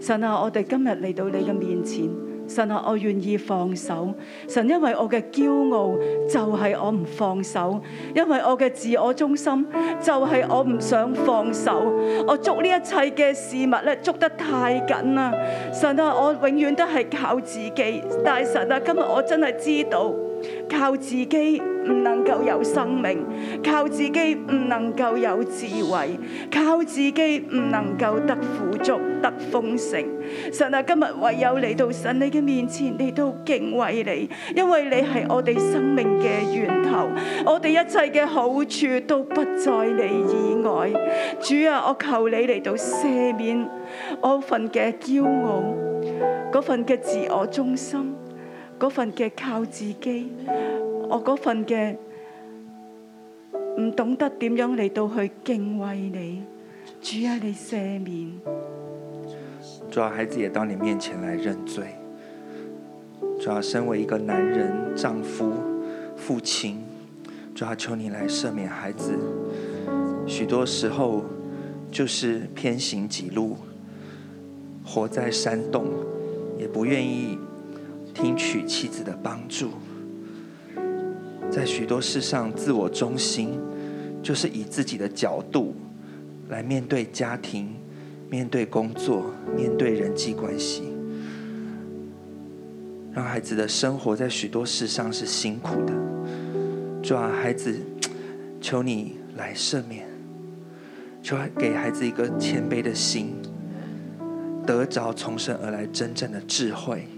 Speaker 7: 神啊，我哋今日嚟到你嘅面前，神啊，我願意放手。神，因為我嘅驕傲就係我唔放手，因為我嘅自我中心就係我唔想放手。我捉呢一切嘅事物咧，捉得太緊啦。神啊，我永遠都係靠自己。但係神啊，今日我真係知道。靠自己唔能夠有生命，靠自己唔能夠有智慧，靠自己唔能夠得富足、得豐盛。神啊，今日唯有嚟到神你嘅面前，你都敬畏你，因為你係我哋生命嘅源頭，我哋一切嘅好處都不在你以外。主啊，我求你嚟到赦免我份嘅驕傲，嗰份嘅自我中心。嗰份嘅靠自己，我嗰份嘅唔懂得點樣嚟到去敬畏你，主啊，你赦免。
Speaker 5: 主要孩子也到你面前来认罪。主要身为一个男人、丈夫、父亲，主要求你来赦免孩子。许多时候就是偏行己路，活在山洞，也不愿意听取妻子的帮助，在许多事上自我中心，就是以自己的角度来面对家庭、面对工作、面对人际关系，让孩子的生活在许多事上是辛苦的。主啊，孩子，求你来赦免，求给孩子一个谦卑的心，得着从神而来真正的智慧。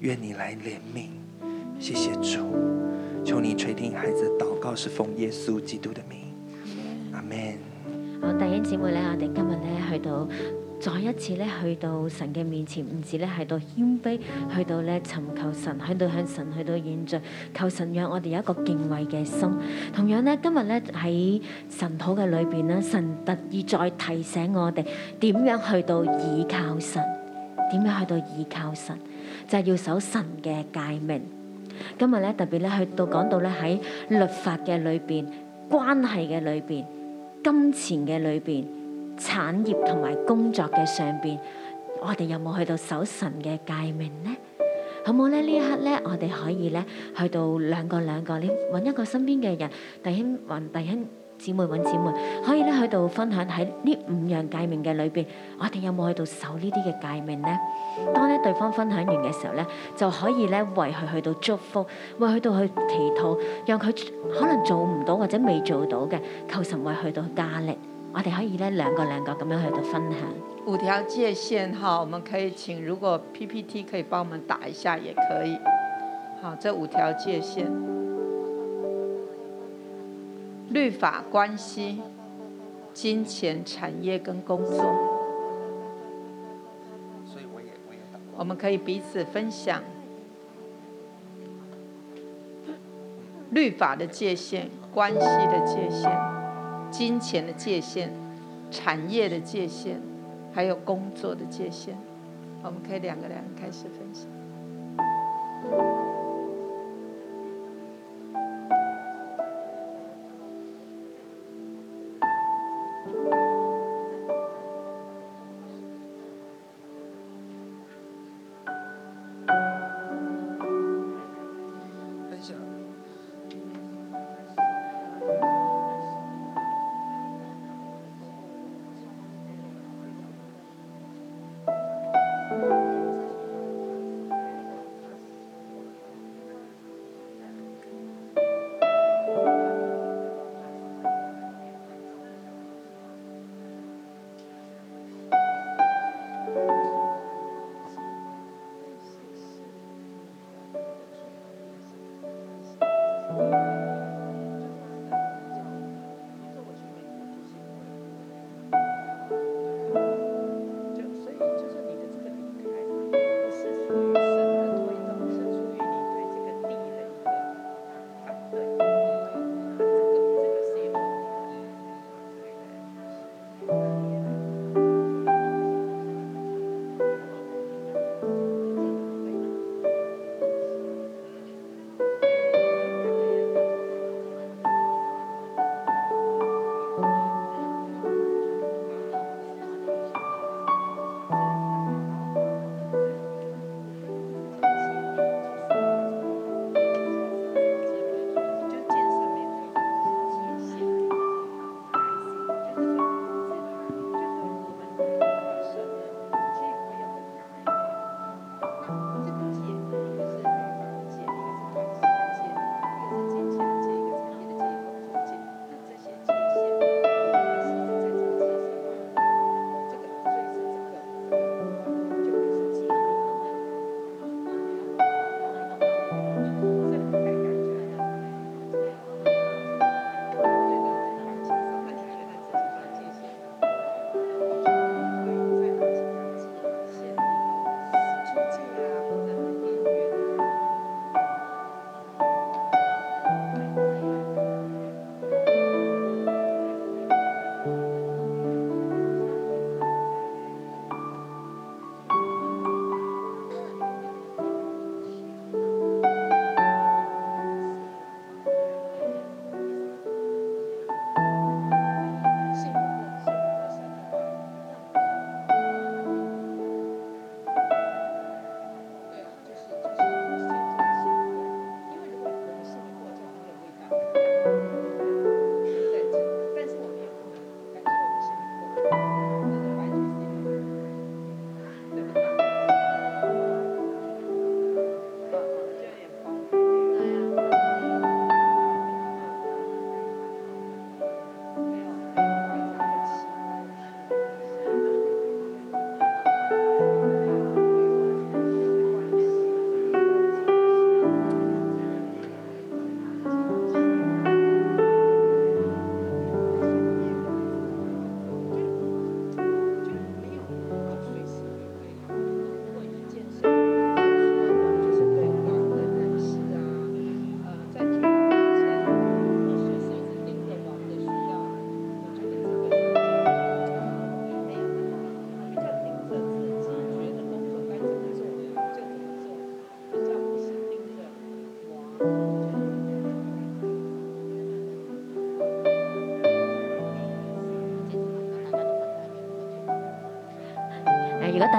Speaker 5: 愿你来怜悯，谢谢主，求你垂听孩子的祷告，是奉耶稣基督的名，阿门。
Speaker 8: 好，啊弟兄姊妹咧，我哋今日咧去到。再一次咧去到神嘅面前，唔止咧係到謙卑，去到咧尋求神，去到向神去到現象，求神讓我哋有一個敬畏嘅心。同樣咧，今日咧喺神土嘅裏邊咧，神特意再提醒我哋點樣去到倚靠神，點樣去到倚靠神，就係、要守神嘅誡命。今日咧特別咧去到講到咧喺律法嘅裏邊、關係嘅裏邊、金錢嘅裏邊、產業同埋工作嘅上邊，我哋有冇去到守神嘅誡命呢？好冇咧？呢一刻咧，我哋可以咧去到兩個兩個，你揾一個身邊嘅人，弟兄揾弟兄姊妹揾姊妹，可以咧去到分享喺呢五樣誡命嘅裏邊，我哋有冇去到守呢啲嘅誡命呢？當咧對方分享完嘅時候咧，就可以咧為佢去到祝福，為佢到去祈禱，讓佢可能做唔到或者未做到嘅，求神為佢到加力。我哋可以咧兩個兩個咁樣去到分享。
Speaker 9: 五条界限哈，我们可以请，如果 PPT 可以帮我们打一下也可以。好，这五条界限：律法关系、金钱、产业跟工作。我们可以彼此分享律法的界限、关系的界限、金钱的界限、产业的界限，还有工作的界限。我们可以两个两个开始分享。就所以就是你的这个离开，不是属于神的推动，是属于你对这个地的一个反对。这个这个是有对的。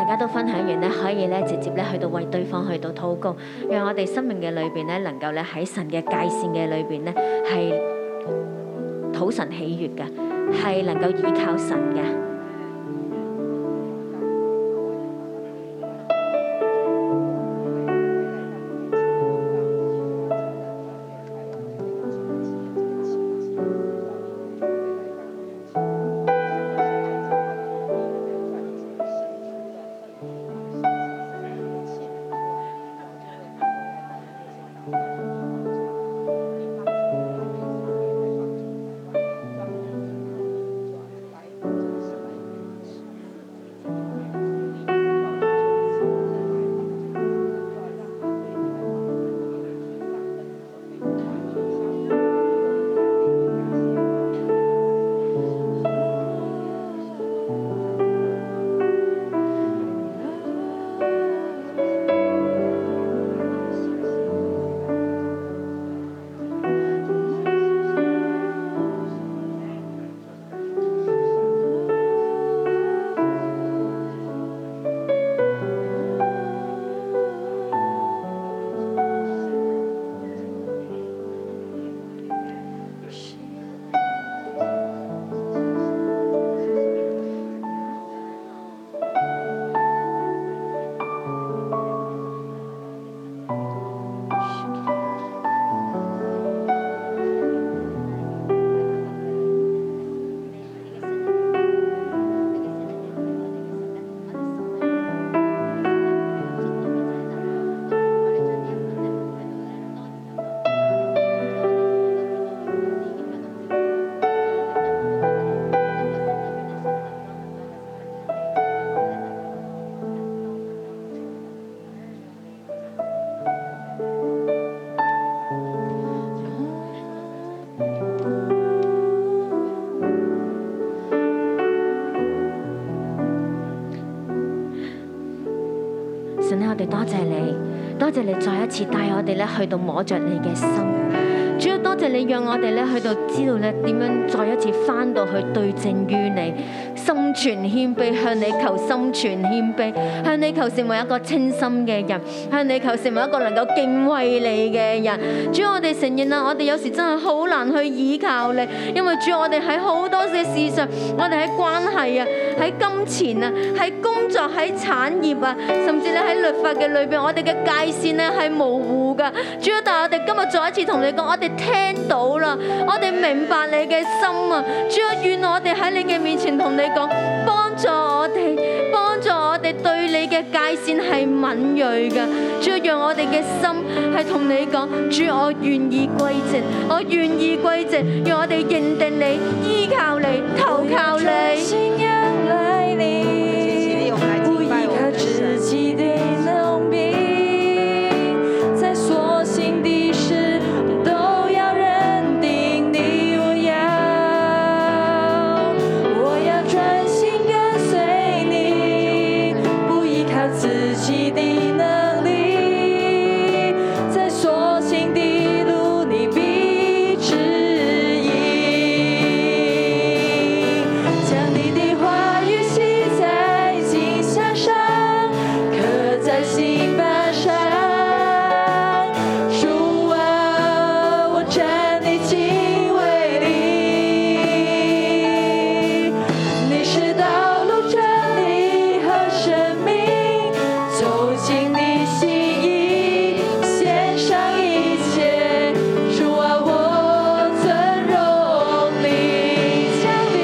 Speaker 10: 家都分享完咧，可以咧直接咧去到為對方去到禱告，讓我哋生命嘅裏邊咧能夠咧喺神嘅界線嘅裏邊咧係討神喜悦嘅，係能夠依靠神嘅。神啊咧，我哋多謝你，多謝你再一次帶我哋咧去到摸着你嘅心。主要多謝你讓我哋咧去到知道咧點樣再一次翻到去對正於你，心存謙卑，向你求心存謙卑，向你求成為一個清心嘅人，向你求成為一個能夠敬畏你嘅人。主要我哋承認啦，我哋有時真係好難去依靠你，因為主要我哋喺好多嘅事上，我哋喺關係啊，喺金錢啊，喺工作喺產業啊，甚至咧喺律法嘅裏邊，我哋嘅界線咧係模糊噶。主啊，但係我哋今日再一次同你講，我哋聽到啦，我哋明白你嘅心啊。主啊，願我哋喺你嘅面前同你講，幫助我哋，幫助我哋對你嘅界線係敏鋭噶。主啊，讓我哋嘅心係同你講，主啊我願意歸正，我願意歸正，讓我哋認定你，依靠你，投靠你。
Speaker 11: 信仰来临，不依靠自己的能力，在所行的事都要认定你我要，我要专心跟随你，不依靠自己的能力，在所行的路你必指引。将你的话语写在心箱上，刻在心板上。主啊，我站立敬畏你，你是道路真理和生命，走进你心意，献上一切。主啊，我尊荣你，将你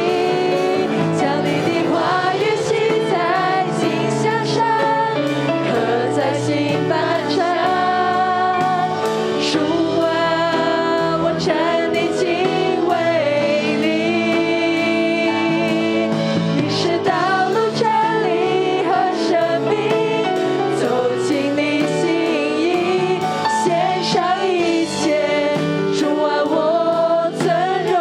Speaker 11: 将你的话语写在心箱上，刻在心板上。主啊，我站立敬畏你，你是道路、真理和生命，走进你心意，献上一切。主啊，我尊荣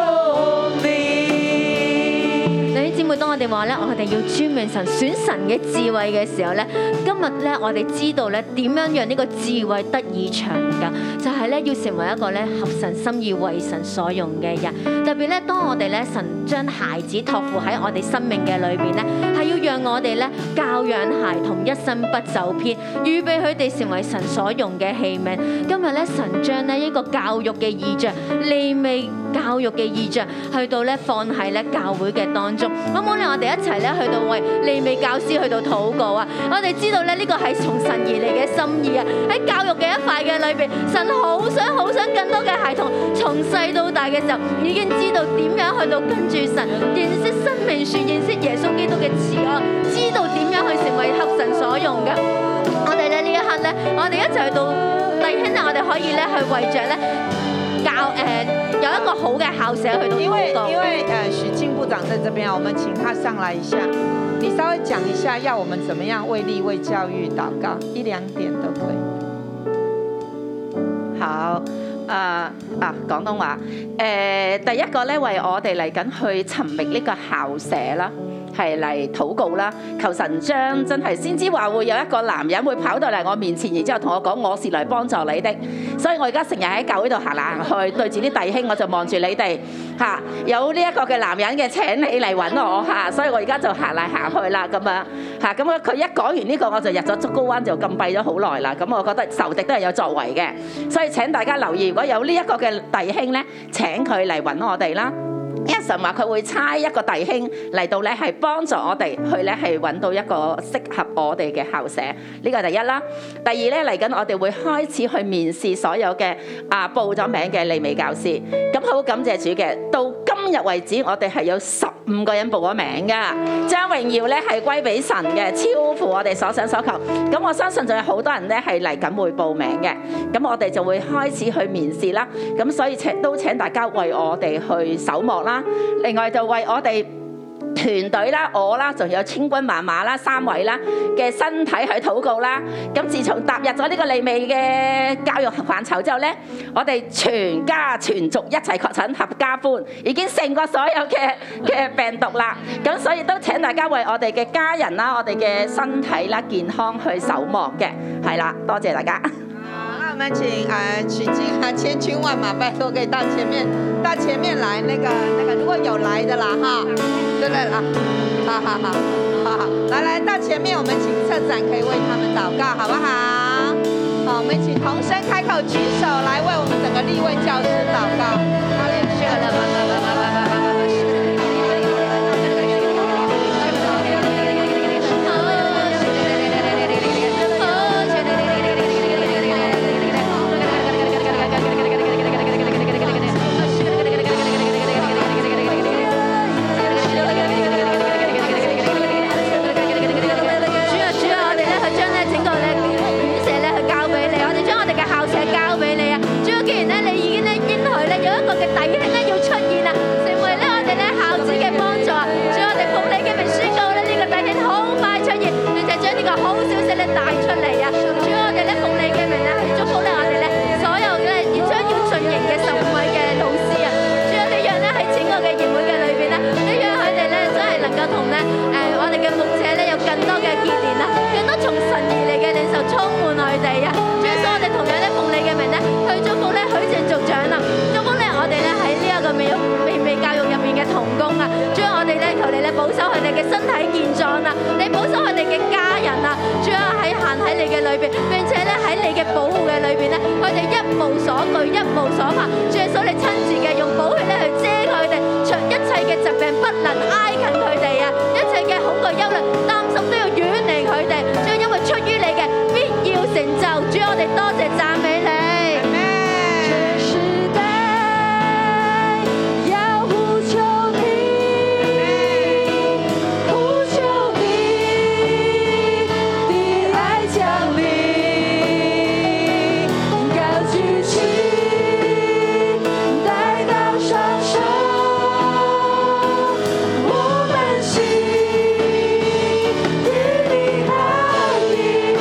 Speaker 11: 你。
Speaker 10: 弟兄姊妹，當我哋話咧，我哋要尊命神、選神嘅智慧嘅時候咧，今日咧我哋知道咧點樣讓呢個智慧得以長久，就係、咧要成為一個咧合神心意、為神所用嘅人。特別咧，當我哋咧神將孩子托付喺我哋生命嘅裏邊咧，係要讓讓我哋咧教養孩童一生不走偏，預備佢哋成為神所用嘅器皿。今日咧，神將呢一個教育嘅意象，利未教育嘅意象，去到咧放喺咧教會嘅當中。好唔好咧？我哋一齊咧去到為利未教師去到禱告啊！我哋知道咧呢個係從神而嚟嘅心意啊！喺教育嘅一塊嘅裏邊，神好想好想更多嘅孩童從細到大嘅時候，已經知道點樣去到跟住神，認識生命樹，認識耶穌基督嘅慈愛，知道點樣去成為合神所用嘅。我哋咧呢一刻咧，我哋一齊去到弟兄啊，我哋可以咧去為着咧教誒、有一個好嘅校舍去到
Speaker 9: 因为
Speaker 10: 禱告。
Speaker 9: 因为呃，许庆部长在这边啊，我们请他上来一下，你稍微讲一下，要我们怎么样为立为教育祷告，一两点都可以。
Speaker 12: 好。啊啊！廣東話誒、呃第一個咧，為我哋嚟緊去尋覓呢個校舍啦，係嚟禱告啦，求神將真係先知話會有一個男人會跑到嚟我面前，然之後同我講：我是來幫助你的。所以我而家成日喺教會度行嚟行去，對住啲弟兄我就望住你哋嚇、有呢一個嘅男人嘅請你嚟揾我嚇、所以我而家就行嚟行去啦咁樣嚇。咁、啊佢一講完呢、個，我就入咗竹篙灣就禁閉咗好耐啦。咁我覺得仇敵都係有作為嘅，所以請大家留意，如果有呢一個嘅弟兄咧，請佢嚟揾我哋啦。因為神話佢會差一個弟兄嚟到咧，係幫助我哋去咧係揾到一個適合我哋嘅校舍，呢個第一啦。第二咧嚟緊，我哋會開始去面試所有嘅啊報咗名嘅利美教師。咁好感謝主嘅，到今日為止，我哋係有十五個人報咗名㗎，將榮耀咧係歸俾神嘅，超乎我哋所想所求。咁我相信仲有好多人咧係嚟緊會報名嘅，咁我哋就會開始去面試啦。咁所以請都請大家為我哋去守望啦，另外就為我哋。團隊啦，我啦，仲有千軍萬馬啦，三位啦嘅身體去禱告啦。咁自從踏入咗呢個利未嘅教育範疇之後呢，我哋全家全族一齊確診合家歡，已經勝過所有嘅 *laughs* 嘅病毒啦。咁所以都請大家為我哋嘅家人啦、我哋嘅身體啦、健康去守望嘅，係啦，多謝大家。
Speaker 9: 好，那我们请呃许静啊，千军万马，拜托可以到前面到前面来，那个那个如果有来的啦哈，对对啦，好好好，好好，来来到前面，我们请策展可以为他们祷告，好不好？好，我们一起同声开口举手来为我们整个立位教师祷告。哈利路亚啦啦啦啦啦啦啦啦
Speaker 11: 主
Speaker 10: 啊主啊，我哋咧去將咧整個咧院舍咧去交俾你，我哋將我哋嘅校舍交俾你啊！主啊，既然咧你已經咧應許咧有一個嘅弟兄咧要出現啊，成為咧我哋咧校子嘅幫助啊！主啊，我哋奉你嘅名宣告咧呢個弟兄好快出現，並且將呢個好消息咧帶出嚟啊！主啊，我哋咧奉你嘅名咧去祝福咧我哋咧所有嘅要將要進營嘅十位嘅老師啊！主啊，你讓咧喺整個嘅營會嘅裏邊咧，你讓佢哋咧真係能夠同咧誒我哋嘅牧者咧有更多嘅結連啦，更多從神而嚟嘅領受充滿佢哋啊！主啊，所以我哋同樣咧奉你嘅名咧去祝福咧許正族長啊，祝福咧我哋咧喺呢一個美美美教育入面嘅童工啊！主啊，我哋咧求你咧保守佢哋嘅身體健壯啊，你保守佢哋嘅家人啊！主啊，喺行喺你嘅裏邊，並且咧喺你嘅保護嘅裏邊咧，佢哋一無所懼，一無所怕。主耶穌，你親自嘅用寶血咧去遮蓋佢哋，除一切嘅疾病不能挨近佢哋啊！一切嘅恐懼、憂慮、擔心都要遠離佢哋。主啊，因為出於你嘅必要成就，主啊我哋多謝讚美你。
Speaker 11: 这时代要呼求你，呼求你的爱降临，高举起，带到双手，我们心与你合一。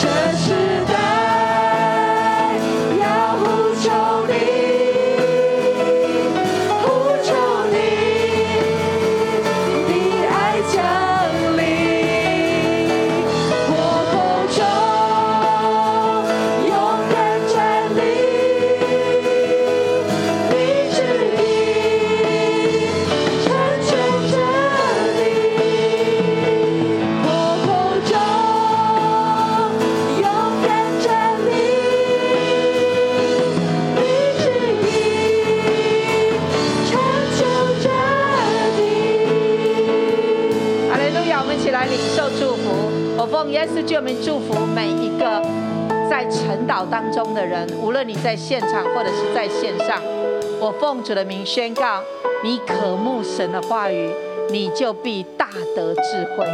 Speaker 11: 这时代。
Speaker 9: 主，我们祝福每一个在晨祷当中的人，无论你在现场或者是在线上，我奉主的名宣告：你渴慕神的话语，你就必大得智慧。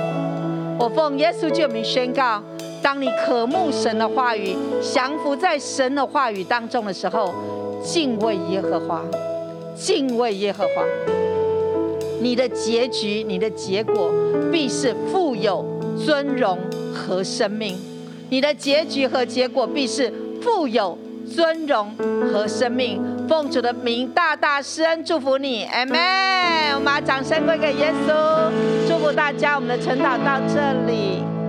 Speaker 9: 我奉耶稣救名宣告：当你渴慕神的话语，降服在神的话语当中的时候，敬畏耶和华，敬畏耶和华。你的结局，你的结果必是富有、尊荣和生命。你的结局和结果必是富有、尊荣和生命。奉主的名大大施恩祝福你，Amen。我们把掌声归给耶稣，祝福大家。我们的晨祷到这里。